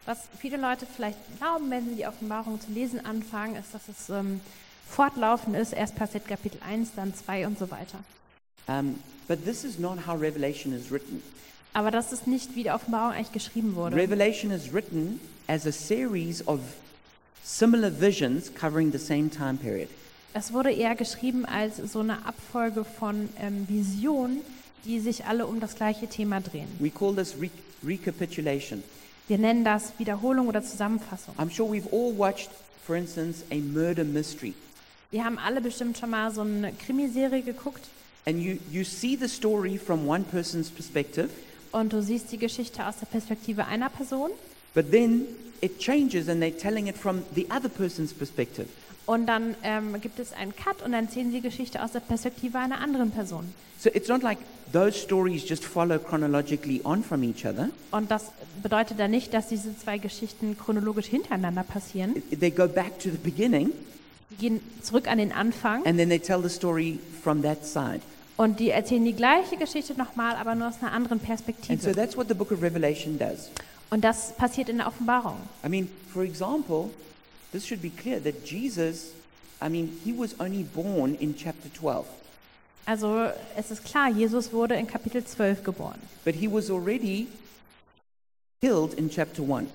[SPEAKER 2] Was viele Leute vielleicht glauben, wenn sie die Offenbarung zu lesen anfangen, ist, dass es ähm, fortlaufend ist. Erst passiert Kapitel 1, dann 2 und so weiter.
[SPEAKER 1] Um, but this is not how Revelation is written.
[SPEAKER 2] Aber das ist nicht, wie die Offenbarung eigentlich geschrieben wurde.
[SPEAKER 1] Revelation is written as a series of similar visions covering the same time period.
[SPEAKER 2] Es wurde eher geschrieben als so eine Abfolge von ähm, Visionen, die sich alle um das gleiche Thema drehen.
[SPEAKER 1] We call this re- recapitulation.
[SPEAKER 2] Wir nennen das Wiederholung oder Zusammenfassung.
[SPEAKER 1] I'm sure we've all watched, for instance, a murder mystery.
[SPEAKER 2] Wir haben alle bestimmt schon mal so eine Krimiserie geguckt
[SPEAKER 1] And you, you see the story from one person's perspective,
[SPEAKER 2] und du siehst die Geschichte aus der Perspektive einer Person
[SPEAKER 1] but then it changes and they're telling it from the other person's perspective.
[SPEAKER 2] und dann ähm, gibt es einen Cut und dann sehen sie die Geschichte aus der Perspektive einer anderen Person.
[SPEAKER 1] So it's not like those stories just follow chronologically on from each other.
[SPEAKER 2] Und das bedeutet dann nicht, dass diese zwei Geschichten chronologisch hintereinander passieren.
[SPEAKER 1] It- They go back to the beginning
[SPEAKER 2] Die gehen zurück an den Anfang
[SPEAKER 1] and then they tell the story from that side.
[SPEAKER 2] und die erzählen die gleiche Geschichte nochmal, aber nur aus einer anderen
[SPEAKER 1] And so
[SPEAKER 2] Perspektive.
[SPEAKER 1] that's what the book of Revelation does.
[SPEAKER 2] Und das passiert in der Offenbarung.
[SPEAKER 1] I mean, for example, this should be clear that Jesus, I mean, he was only born in chapter 12,
[SPEAKER 2] Also es ist klar, Jesus wurde in Kapitel 12 geboren,
[SPEAKER 1] but he was already killed in chapter 1.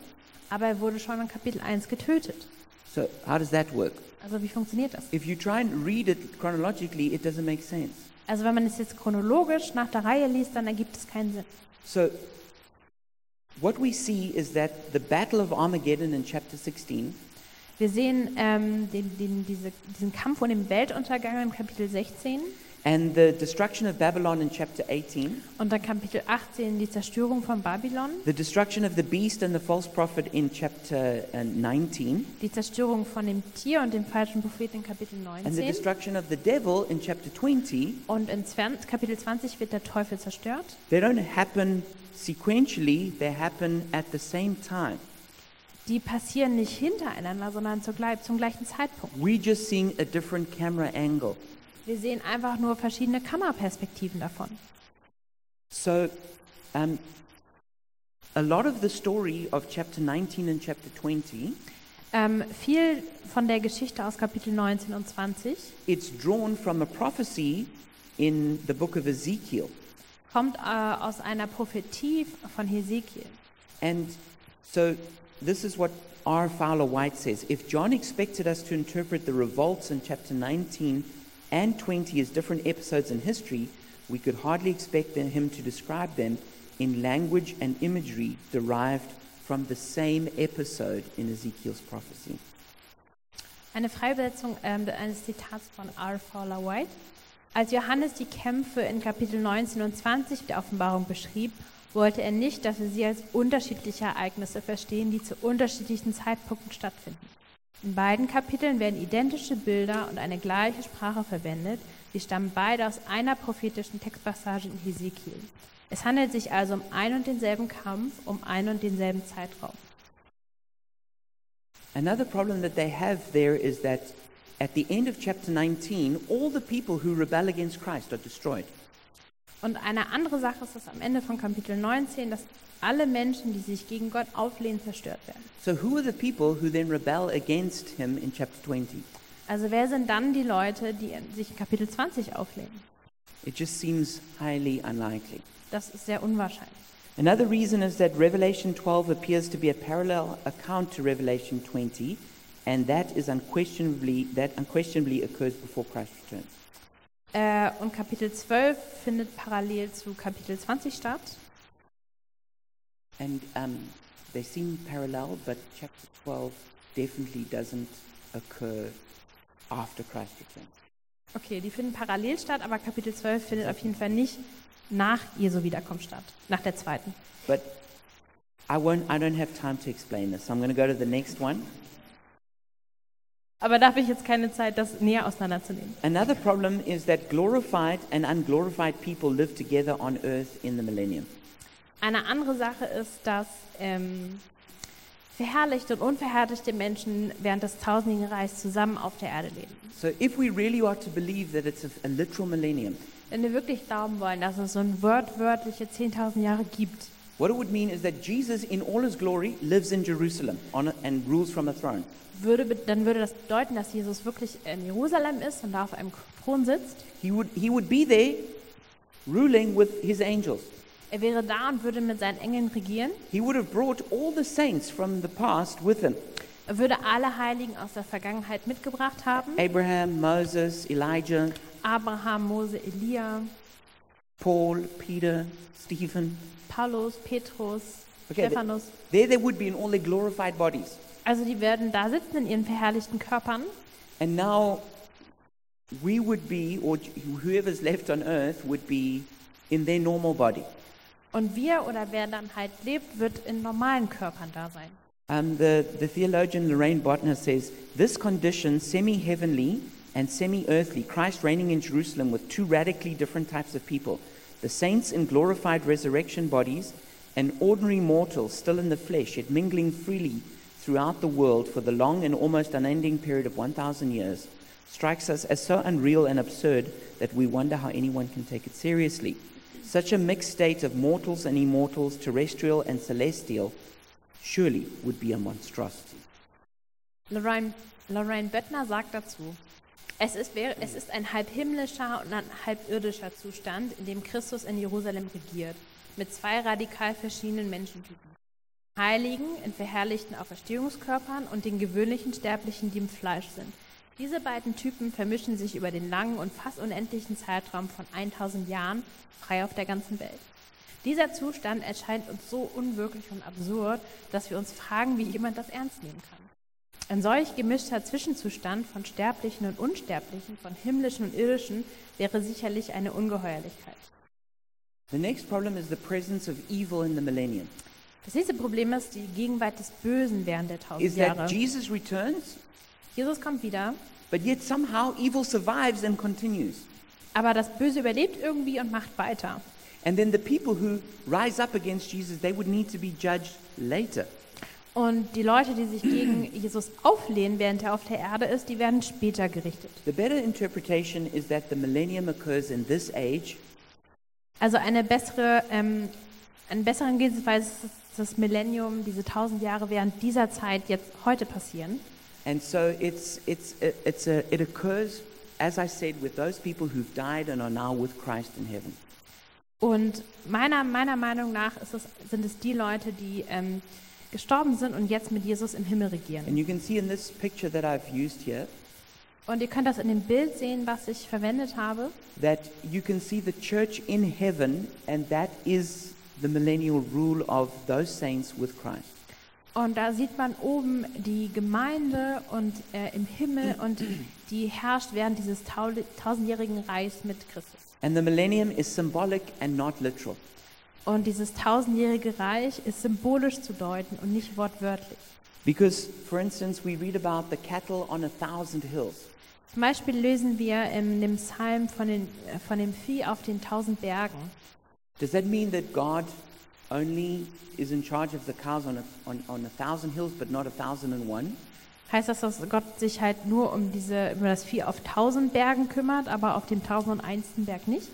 [SPEAKER 2] aber er wurde schon in Kapitel 1 getötet.
[SPEAKER 1] So how does that work?
[SPEAKER 2] Also wie funktioniert das?
[SPEAKER 1] If you try and read it chronologically, it doesn't make sense.
[SPEAKER 2] Also wenn man es jetzt chronologisch nach der Reihe liest, dann ergibt es keinen Sinn.
[SPEAKER 1] So what we see is that the battle of Armageddon in chapter 16
[SPEAKER 2] Wir sehen ähm, den, den, diese, diesen Kampf um den Weltuntergang im Kapitel 16
[SPEAKER 1] and the destruction of Babylon in chapter 18,
[SPEAKER 2] und dann Kapitel 18 die Zerstörung von Babylon,
[SPEAKER 1] the destruction of the beast and the false prophet in chapter uh, 19,
[SPEAKER 2] die Zerstörung von dem Tier und dem falschen Propheten in Kapitel
[SPEAKER 1] And the
[SPEAKER 2] 19
[SPEAKER 1] destruction of the devil in chapter 20,
[SPEAKER 2] und in 20, Kapitel 20 wird der Teufel zerstört.
[SPEAKER 1] they don't happen sequentially, they happen at the same time.
[SPEAKER 2] Die passieren nicht hintereinander, sondern zur, gleich- zum gleichen Zeitpunkt.
[SPEAKER 1] We're just seeing a different camera angle.
[SPEAKER 2] Wir sehen einfach nur verschiedene Kameraperspektiven davon.
[SPEAKER 1] So, um, a lot of the story of chapter 19 and chapter 20,
[SPEAKER 2] Ähm, viel von der Geschichte aus Kapitel 19 und 20
[SPEAKER 1] it's drawn from a prophecy in the book of Ezekiel.
[SPEAKER 2] kommt äh, aus einer Prophetie von Hesekiel.
[SPEAKER 1] And so, this is what R. Fowler White says. If John expected us to interpret the revolts in chapter 19 and 20 as different episodes in history, we could hardly expect then him to describe them in language and imagery derived from the same episode in Ezekiel's prophecy.
[SPEAKER 2] Eine Freibesetzung ähm, eines Zitats von R. Fowler White. Als Johannes die Kämpfe in Kapitel 19 und 20 der Offenbarung beschrieb, wollte er nicht, dass wir sie als unterschiedliche Ereignisse verstehen, die zu unterschiedlichen Zeitpunkten stattfinden. In beiden Kapiteln werden identische Bilder und eine gleiche Sprache verwendet. Sie stammen beide aus einer prophetischen Textpassage in Hesekiel. Es handelt sich also um ein und denselben Kampf, um einen und denselben Zeitraum.
[SPEAKER 1] Another problem that they have there is that at the end of chapter 19, all the people who rebel against Christ are destroyed.
[SPEAKER 2] Und eine andere Sache ist, dass am Ende von Kapitel 19, dass alle Menschen, die sich gegen Gott auflehnen, zerstört werden.
[SPEAKER 1] So, who are the people who then rebel against him in chapter 20?
[SPEAKER 2] Also wer sind dann die Leute, die in- sich in Kapitel 20 auflehnen?
[SPEAKER 1] It just seems highly unlikely.
[SPEAKER 2] Das ist sehr unwahrscheinlich.
[SPEAKER 1] Another reason is that Revelation 12 appears to be a parallel account to Revelation 20, and that is unquestionably that unquestionably occurs before Christ's return.
[SPEAKER 2] Äh, und Kapitel 12 findet parallel zu Kapitel 20 statt.
[SPEAKER 1] And um, they seem parallel, but chapter 12 definitely doesn't occur after Christ's return.
[SPEAKER 2] Okay, die finden parallel statt, aber Kapitel 12 findet auf jeden Fall nicht nach Jesu Wiederkunft statt, nach der zweiten.
[SPEAKER 1] But I won't. I don't have time to explain this. I'm going to go to the next one.
[SPEAKER 2] Aber da habe ich jetzt keine Zeit, das näher auseinanderzunehmen.
[SPEAKER 1] Another problem is that glorified and unglorified people live together on earth in the millennium.
[SPEAKER 2] Eine andere Sache ist, dass ähm, verherrlichte und unverherrlichte Menschen während des tausendjährigen Reichs zusammen auf der Erde leben.
[SPEAKER 1] So if we really are to believe that it's a, a literal millennium,
[SPEAKER 2] Wenn wir wirklich glauben wollen, dass es so ein wortwörtliche 10.000 Jahre gibt,
[SPEAKER 1] what it would mean is that Jesus, in all his glory, lives in Jerusalem on a, and rules from a throne.
[SPEAKER 2] würde, be- dann würde das bedeuten, dass Jesus wirklich in Jerusalem ist und da auf einem Thron sitzt.
[SPEAKER 1] He would, he would be there ruling with his angels.
[SPEAKER 2] Er wäre da und würde mit seinen Engeln regieren.
[SPEAKER 1] He would have brought all the saints from the past with him
[SPEAKER 2] Er würde alle Heiligen aus der Vergangenheit mitgebracht haben.
[SPEAKER 1] Abraham, Moses, Elijah,
[SPEAKER 2] Abraham, Mose, Elia,
[SPEAKER 1] Paul, Peter, Stephen.
[SPEAKER 2] Paulus, Petrus,
[SPEAKER 1] Okay, th-
[SPEAKER 2] Stephanus.
[SPEAKER 1] there they would be in all their glorified bodies.
[SPEAKER 2] Also die werden da sitzen in ihren verherrlichten Körpern.
[SPEAKER 1] And now we would be, or whoever's left on earth would be in their normal body.
[SPEAKER 2] Und wir oder wer dann halt lebt, wird in normalen Körpern da sein.
[SPEAKER 1] Um, the, the theologian Lorraine Botner says this condition, semi heavenly and semi earthly, Christ reigning in Jerusalem with two radically different types of people the saints in glorified resurrection bodies and ordinary mortals still in the flesh, yet mingling freely throughout the world for the long and almost unending period of 1,000 years, strikes us as so unreal and absurd that we wonder how anyone can take it seriously. Such a mixed state of mortals and immortals, terrestrial and celestial, surely would be a monstrosity.
[SPEAKER 2] Lorraine, Lorraine Böttner sagt dazu, es ist, wäre- es ist ein halb himmlischer und ein halb irdischer Zustand, in dem Christus in Jerusalem regiert, mit zwei radikal verschiedenen Menschentypen. Heiligen in verherrlichten Auferstehungskörpern und den gewöhnlichen Sterblichen, die im Fleisch sind. Diese beiden Typen vermischen sich über den langen und fast unendlichen Zeitraum von 1000 Jahren frei auf der ganzen Welt. Dieser Zustand erscheint uns so unwirklich und absurd, dass wir uns fragen, wie jemand das ernst nehmen kann. Ein solch gemischter Zwischenzustand von Sterblichen und Unsterblichen, von Himmlischen und Irdischen, wäre sicherlich eine Ungeheuerlichkeit.
[SPEAKER 1] The next problem is the presence of evil in the millennium.
[SPEAKER 2] Das nächste Problem ist die Gegenwart des Bösen während der tausend
[SPEAKER 1] Is
[SPEAKER 2] Jahre.
[SPEAKER 1] that Jesus returns,
[SPEAKER 2] Jesus kommt wieder,
[SPEAKER 1] but yet somehow evil survives and continues.
[SPEAKER 2] aber das Böse überlebt irgendwie und macht weiter.
[SPEAKER 1] And then the people who rise up against Jesus, they would need to be judged later.
[SPEAKER 2] Und die Leute, die sich gegen Jesus auflehnen, während er auf der Erde ist, die werden später gerichtet.
[SPEAKER 1] The better interpretation is that the millennium occurs in this age,
[SPEAKER 2] Also eine bessere, ähm, einen besseren Gehensweise ist dass das Millennium, diese tausend Jahre während dieser Zeit jetzt heute passieren.
[SPEAKER 1] and so it's, it's, it's a, it occurs, as I said, with those people who've died and are now with Christ in heaven.
[SPEAKER 2] Und meiner, meiner Meinung nach ist es, sind es die Leute, die ähm, gestorben sind und jetzt mit Jesus im Himmel regieren.
[SPEAKER 1] And you can see in this picture that I've used here
[SPEAKER 2] Und ihr könnt das in dem Bild sehen, was ich verwendet habe.
[SPEAKER 1] that you can see the church in heaven, and that is the millennial rule of those saints with Christ.
[SPEAKER 2] Und da sieht man oben die Gemeinde und äh, im Himmel und die herrscht während dieses tau- tausendjährigen Reichs mit Christus.
[SPEAKER 1] And the millennium is symbolic and not literal.
[SPEAKER 2] Und dieses tausendjährige Reich ist symbolisch zu deuten und nicht wortwörtlich.
[SPEAKER 1] Because, for instance, we read about the cattle on a thousand hills.
[SPEAKER 2] Zum Beispiel lesen wir in dem Psalm von, den, äh, von dem Vieh auf den tausend Bergen.
[SPEAKER 1] Does that mean that God only is in charge of the cows on a, on, on a thousand hills, but not a thousand and one?
[SPEAKER 2] Heißt das, dass Gott sich halt nur um, diese, um das Vieh auf tausend Bergen kümmert, aber auf dem tausendundeinsten Berg nicht?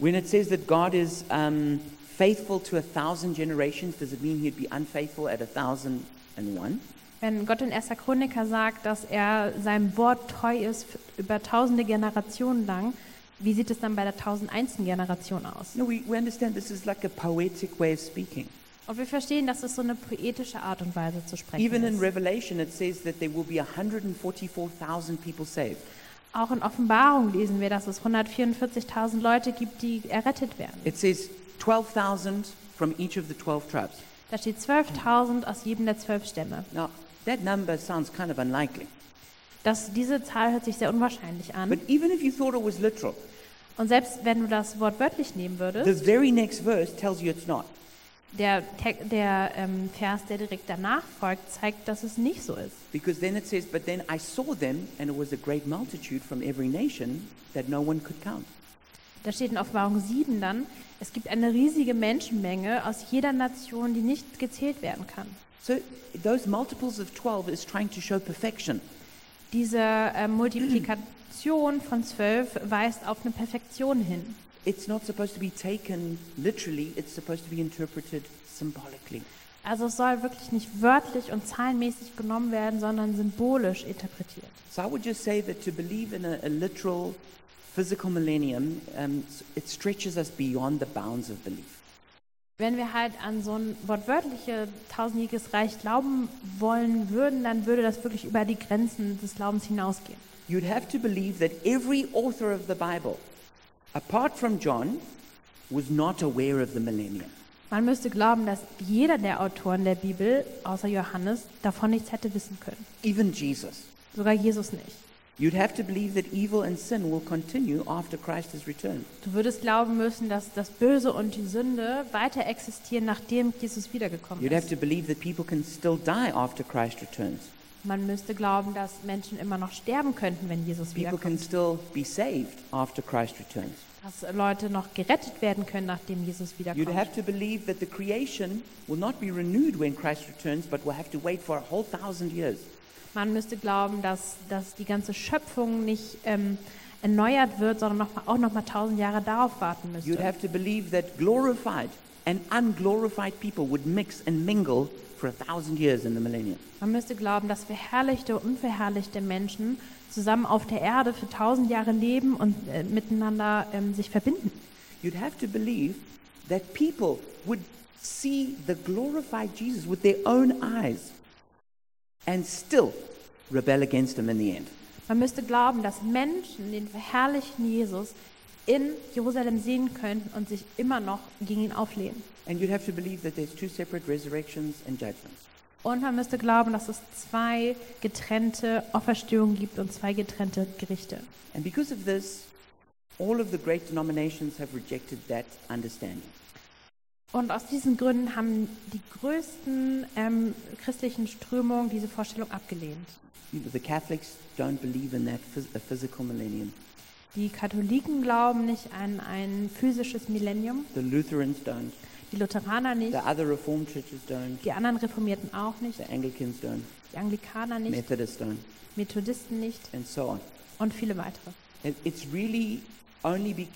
[SPEAKER 1] When it says that God is um, faithful to a thousand generations, does it mean he'd be unfaithful at a thousand and one?
[SPEAKER 2] Wenn Gott in 1. Chroniker sagt, dass er seinem Wort treu ist f- über tausende Generationen lang, wie sieht es dann bei der tausendeinsten Generation aus?
[SPEAKER 1] No, we, we understand this is like a poetic way of speaking.
[SPEAKER 2] Und wir verstehen, dass es so eine poetische Art und Weise zu sprechen
[SPEAKER 1] Even in
[SPEAKER 2] ist.
[SPEAKER 1] Revelation, it says that there will be 144,000 people saved.
[SPEAKER 2] Auch in Offenbarung lesen wir, dass es 144.000 Leute gibt, die errettet werden.
[SPEAKER 1] It says 12,000 from each of the 12 tribes.
[SPEAKER 2] Da steht 12.000 aus jedem der zwölf Stämme.
[SPEAKER 1] Now, that number sounds kind of unlikely.
[SPEAKER 2] Das, diese Zahl hört sich sehr unwahrscheinlich
[SPEAKER 1] But
[SPEAKER 2] an.
[SPEAKER 1] even if you thought it was literal,
[SPEAKER 2] Und selbst wenn du das Wort wörtlich nehmen
[SPEAKER 1] the
[SPEAKER 2] würdest,
[SPEAKER 1] very next verse tells you it's not.
[SPEAKER 2] der, Te- der ähm, Vers, der direkt danach folgt, zeigt, dass es nicht so ist.
[SPEAKER 1] Because then it says, But then I saw them, and it was a great multitude from every nation that no one could count.
[SPEAKER 2] Da steht in Offenbarung 7 dann, es gibt eine riesige Menschenmenge aus jeder Nation, die nicht gezählt werden kann.
[SPEAKER 1] So those multiples of 12 is trying to show perfection.
[SPEAKER 2] Diese äh, Multiplikation von zwölf weist auf eine Perfektion hin.
[SPEAKER 1] It's not supposed to be taken literally, it's supposed to be interpreted symbolically.
[SPEAKER 2] Also es soll wirklich nicht wörtlich und zahlenmäßig genommen werden, sondern symbolisch interpretiert.
[SPEAKER 1] So I would just say that to believe in a, a literal physical millennium, um, s- it stretches us beyond the bounds of belief.
[SPEAKER 2] Wenn wir halt an so ein wortwörtliches tausendjähriges Reich glauben wollen würden, dann würde das wirklich über die Grenzen des Glaubens hinausgehen.
[SPEAKER 1] You'd have to believe that every author of the Bible, apart from John, was not aware of the millennium.
[SPEAKER 2] Man müsste glauben, dass jeder der Autoren der Bibel, außer Johannes, davon nichts hätte wissen können.
[SPEAKER 1] even Jesus.
[SPEAKER 2] Sogar Jesus nicht.
[SPEAKER 1] You'd have to believe that evil and sin will continue after Christ has returned.
[SPEAKER 2] Du würdest glauben müssen, dass das Böse und die Sünde weiter existieren, nachdem Jesus wiedergekommen
[SPEAKER 1] You'd have
[SPEAKER 2] ist.
[SPEAKER 1] to believe that people can still die after Christ returns.
[SPEAKER 2] Man müsste glauben, dass Menschen immer noch sterben könnten, wenn Jesus
[SPEAKER 1] People can
[SPEAKER 2] wiederkommt.
[SPEAKER 1] still be saved after Christ returns.
[SPEAKER 2] Dass Leute noch gerettet werden können, nachdem Jesus
[SPEAKER 1] You'd
[SPEAKER 2] wiederkommt.
[SPEAKER 1] have to believe that the creation will not be renewed when Christ returns, but will have to wait for a whole thousand years.
[SPEAKER 2] Man müsste glauben, dass, dass die ganze Schöpfung nicht ähm, erneuert wird, sondern noch mal, auch noch mal tausend Jahre darauf warten
[SPEAKER 1] You'd
[SPEAKER 2] müsste.
[SPEAKER 1] have to believe that glorified and unglorified people would mix and mingle for a thousand years in the millennium.
[SPEAKER 2] Man müsste glauben, dass verherrlichte und unverherrlichte Menschen zusammen auf der Erde für tausend Jahre leben und äh, miteinander ähm, sich verbinden.
[SPEAKER 1] You'd have to believe that people would see the glorified Jesus with their own eyes and still rebel against him in the end.
[SPEAKER 2] Man müsste glauben, dass Menschen den verherrlichten Jesus in Jerusalem sehen könnten und sich immer noch gegen ihn auflehnen.
[SPEAKER 1] And you'd have to believe that there's two separate resurrections and judgments.
[SPEAKER 2] Und man müsste glauben, dass es zwei getrennte Auferstehungen gibt und zwei getrennte Gerichte.
[SPEAKER 1] And because of this, all of the great denominations have rejected that understanding.
[SPEAKER 2] Und aus diesen Gründen haben die größten ähm, christlichen Strömungen diese Vorstellung abgelehnt.
[SPEAKER 1] You know, the Catholics don't believe in that phys- a physical millennium.
[SPEAKER 2] Die Katholiken glauben nicht an ein physisches Millennium,
[SPEAKER 1] The Lutherans don't.
[SPEAKER 2] die Lutheraner nicht,
[SPEAKER 1] The other Reformed churches don't.
[SPEAKER 2] die anderen Reformierten auch nicht,
[SPEAKER 1] The Anglicans don't.
[SPEAKER 2] die Anglikaner nicht,
[SPEAKER 1] Methodists don't.
[SPEAKER 2] Methodisten nicht
[SPEAKER 1] And so on.
[SPEAKER 2] und viele weitere.
[SPEAKER 1] It, it's really only be,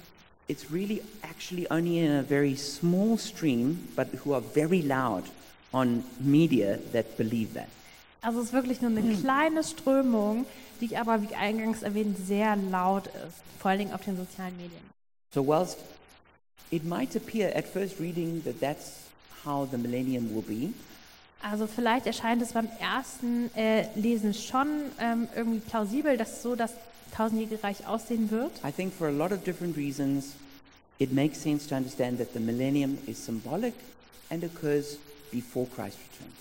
[SPEAKER 1] it's really actually only in a very small stream, but who are very loud on media that believe that.
[SPEAKER 2] Also es ist wirklich nur eine kleine Strömung, die aber, wie eingangs erwähnt, sehr laut ist, vor allen Dingen auf den sozialen Medien.
[SPEAKER 1] So whilst it might appear at first reading that that's how the millennium will be,
[SPEAKER 2] Also vielleicht erscheint es beim ersten äh, Lesen schon ähm, irgendwie plausibel, dass so das tausendjährige Reich aussehen wird.
[SPEAKER 1] I think for a lot of different reasons, it makes sense to understand that the millennium is symbolic and occurs before Christ returns.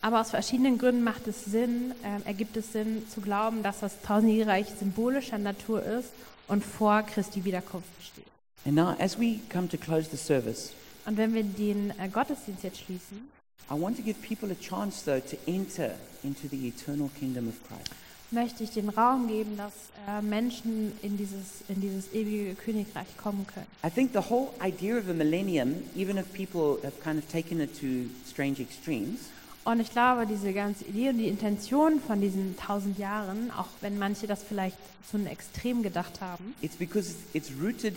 [SPEAKER 2] Aber aus verschiedenen Gründen macht es Sinn, ähm, ergibt es Sinn zu glauben, dass das tausendjährige Reich symbolischer Natur ist und vor Christi Wiederkunft besteht.
[SPEAKER 1] And now, as we come to close the service,
[SPEAKER 2] Und wenn wir den äh, Gottesdienst jetzt schließen,
[SPEAKER 1] I want to give people a chance, though, to enter into the eternal kingdom of Christ.
[SPEAKER 2] möchte ich den Raum geben, dass äh, Menschen in dieses, in dieses ewige Königreich kommen können.
[SPEAKER 1] I think the whole idea of a millennium, even if people have kind of taken it to strange extremes,
[SPEAKER 2] Und ich glaube, diese ganze Idee und die Intention von diesen tausend Jahren, auch wenn manche das vielleicht zu einem Extrem gedacht haben,
[SPEAKER 1] it's because it's rooted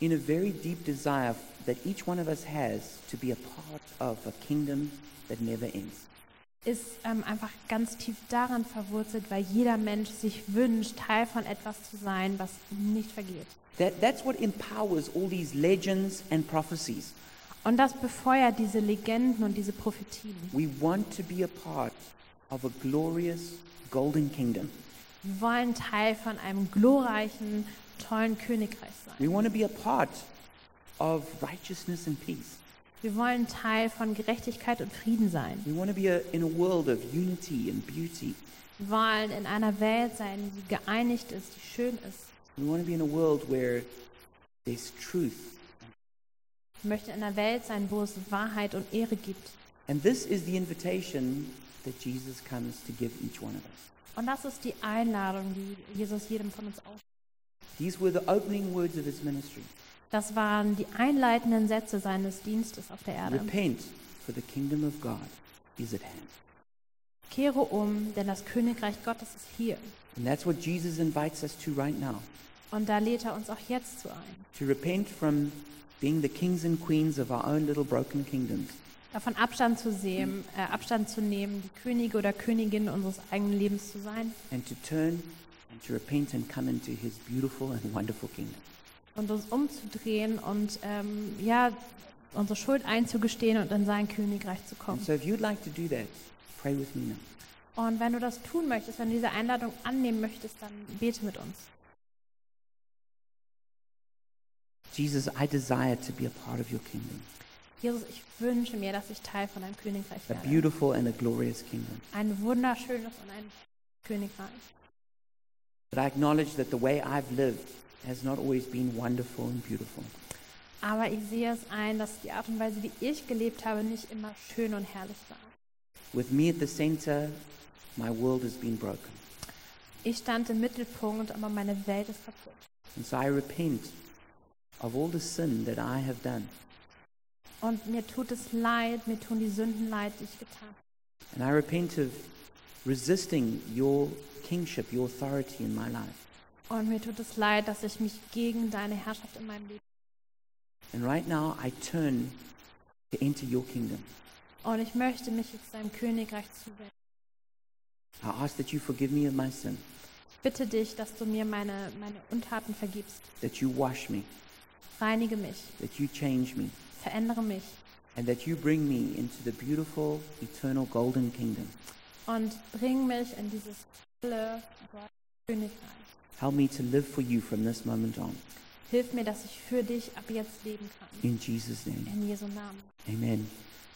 [SPEAKER 1] in a very deep desire that each one of us has to be a part of a kingdom that never ends.
[SPEAKER 2] ist ähm, einfach ganz tief daran verwurzelt, weil jeder Mensch sich wünscht, Teil von etwas zu sein, was nicht vergeht.
[SPEAKER 1] That, that's what empowers all these legends and prophecies.
[SPEAKER 2] Und das befeuert diese Legenden und diese Prophetien.
[SPEAKER 1] We want to be a part of a glorious golden kingdom.
[SPEAKER 2] Wir wollen Teil von einem glorreichen, tollen Königreich sein.
[SPEAKER 1] We want to be a part of righteousness and peace.
[SPEAKER 2] Wir wollen Teil von Gerechtigkeit und Frieden sein.
[SPEAKER 1] We want to be a, in a world of unity and beauty.
[SPEAKER 2] Wir wollen in einer Welt sein, die geeinigt ist, die schön ist.
[SPEAKER 1] We want to be in a world where there's truth.
[SPEAKER 2] Wir möchten in einer Welt sein, wo es Wahrheit und Ehre gibt.
[SPEAKER 1] And this is the invitation that Jesus comes to give each one of us.
[SPEAKER 2] Und das ist die Einladung, die Jesus jedem von uns ausspricht.
[SPEAKER 1] These were the opening words of his ministry.
[SPEAKER 2] Das waren die einleitenden Sätze seines Dienstes auf der Erde.
[SPEAKER 1] Repent, for the kingdom of God is at hand.
[SPEAKER 2] Kehre um, denn das Königreich Gottes ist hier.
[SPEAKER 1] And that's what Jesus invites us to right now
[SPEAKER 2] Und da lädt er uns auch jetzt zu ein.
[SPEAKER 1] to repent from being the kings and queens of our own little broken kingdoms
[SPEAKER 2] Davon Abstand zu, sehen, äh, Abstand zu nehmen, die Könige oder Königin unseres eigenen Lebens zu sein
[SPEAKER 1] and to turn and to repent and come into his beautiful and wonderful kingdom.
[SPEAKER 2] und uns umzudrehen und ähm, ja, unsere Schuld einzugestehen und in sein Königreich zu
[SPEAKER 1] And
[SPEAKER 2] kommen.
[SPEAKER 1] so if you'd like to do that, pray with me now.
[SPEAKER 2] Und wenn du das tun möchtest, wenn du diese Einladung annehmen möchtest, dann bete mit uns.
[SPEAKER 1] Jesus, I desire to be a part of your kingdom,
[SPEAKER 2] Jesus, ich wünsche mir, dass ich Teil von deinem Königreich
[SPEAKER 1] a
[SPEAKER 2] werde.
[SPEAKER 1] beautiful and a glorious kingdom.
[SPEAKER 2] Ein wunderschönes und ein Königreich.
[SPEAKER 1] But I acknowledge that the way I've lived has not always been wonderful and beautiful.
[SPEAKER 2] Aber ich sehe es ein, dass die Art und Weise, wie ich gelebt habe, nicht immer schön und herrlich war.
[SPEAKER 1] With me at the center, my world has been broken.
[SPEAKER 2] Ich stand im Mittelpunkt, aber meine Welt ist kaputt.
[SPEAKER 1] And so I repent of all the sin that I have done.
[SPEAKER 2] Und mir tut es leid, mir tun die Sünden leid, die ich getan habe.
[SPEAKER 1] And I repent of resisting your kingship, your authority in my life.
[SPEAKER 2] Und mir tut es leid, dass ich mich gegen deine Herrschaft in meinem Leben.
[SPEAKER 1] And right now, I turn to enter your kingdom.
[SPEAKER 2] Und ich möchte mich jetzt deinem Königreich zuwenden.
[SPEAKER 1] I ask that you forgive me of my sin,
[SPEAKER 2] Ich bitte dich, dass du mir meine, meine Untaten vergibst.
[SPEAKER 1] that you wash me,
[SPEAKER 2] Reinige mich,
[SPEAKER 1] that you change me,
[SPEAKER 2] verändere mich
[SPEAKER 1] and that you bring me into the beautiful, eternal, golden kingdom.
[SPEAKER 2] und bring mich in dieses tolle Wort Königreich.
[SPEAKER 1] Help me to live for you from this moment on.
[SPEAKER 2] Hilf mir, dass ich für dich ab jetzt leben kann.
[SPEAKER 1] In Jesus' name,
[SPEAKER 2] In Jesu Namen.
[SPEAKER 1] amen.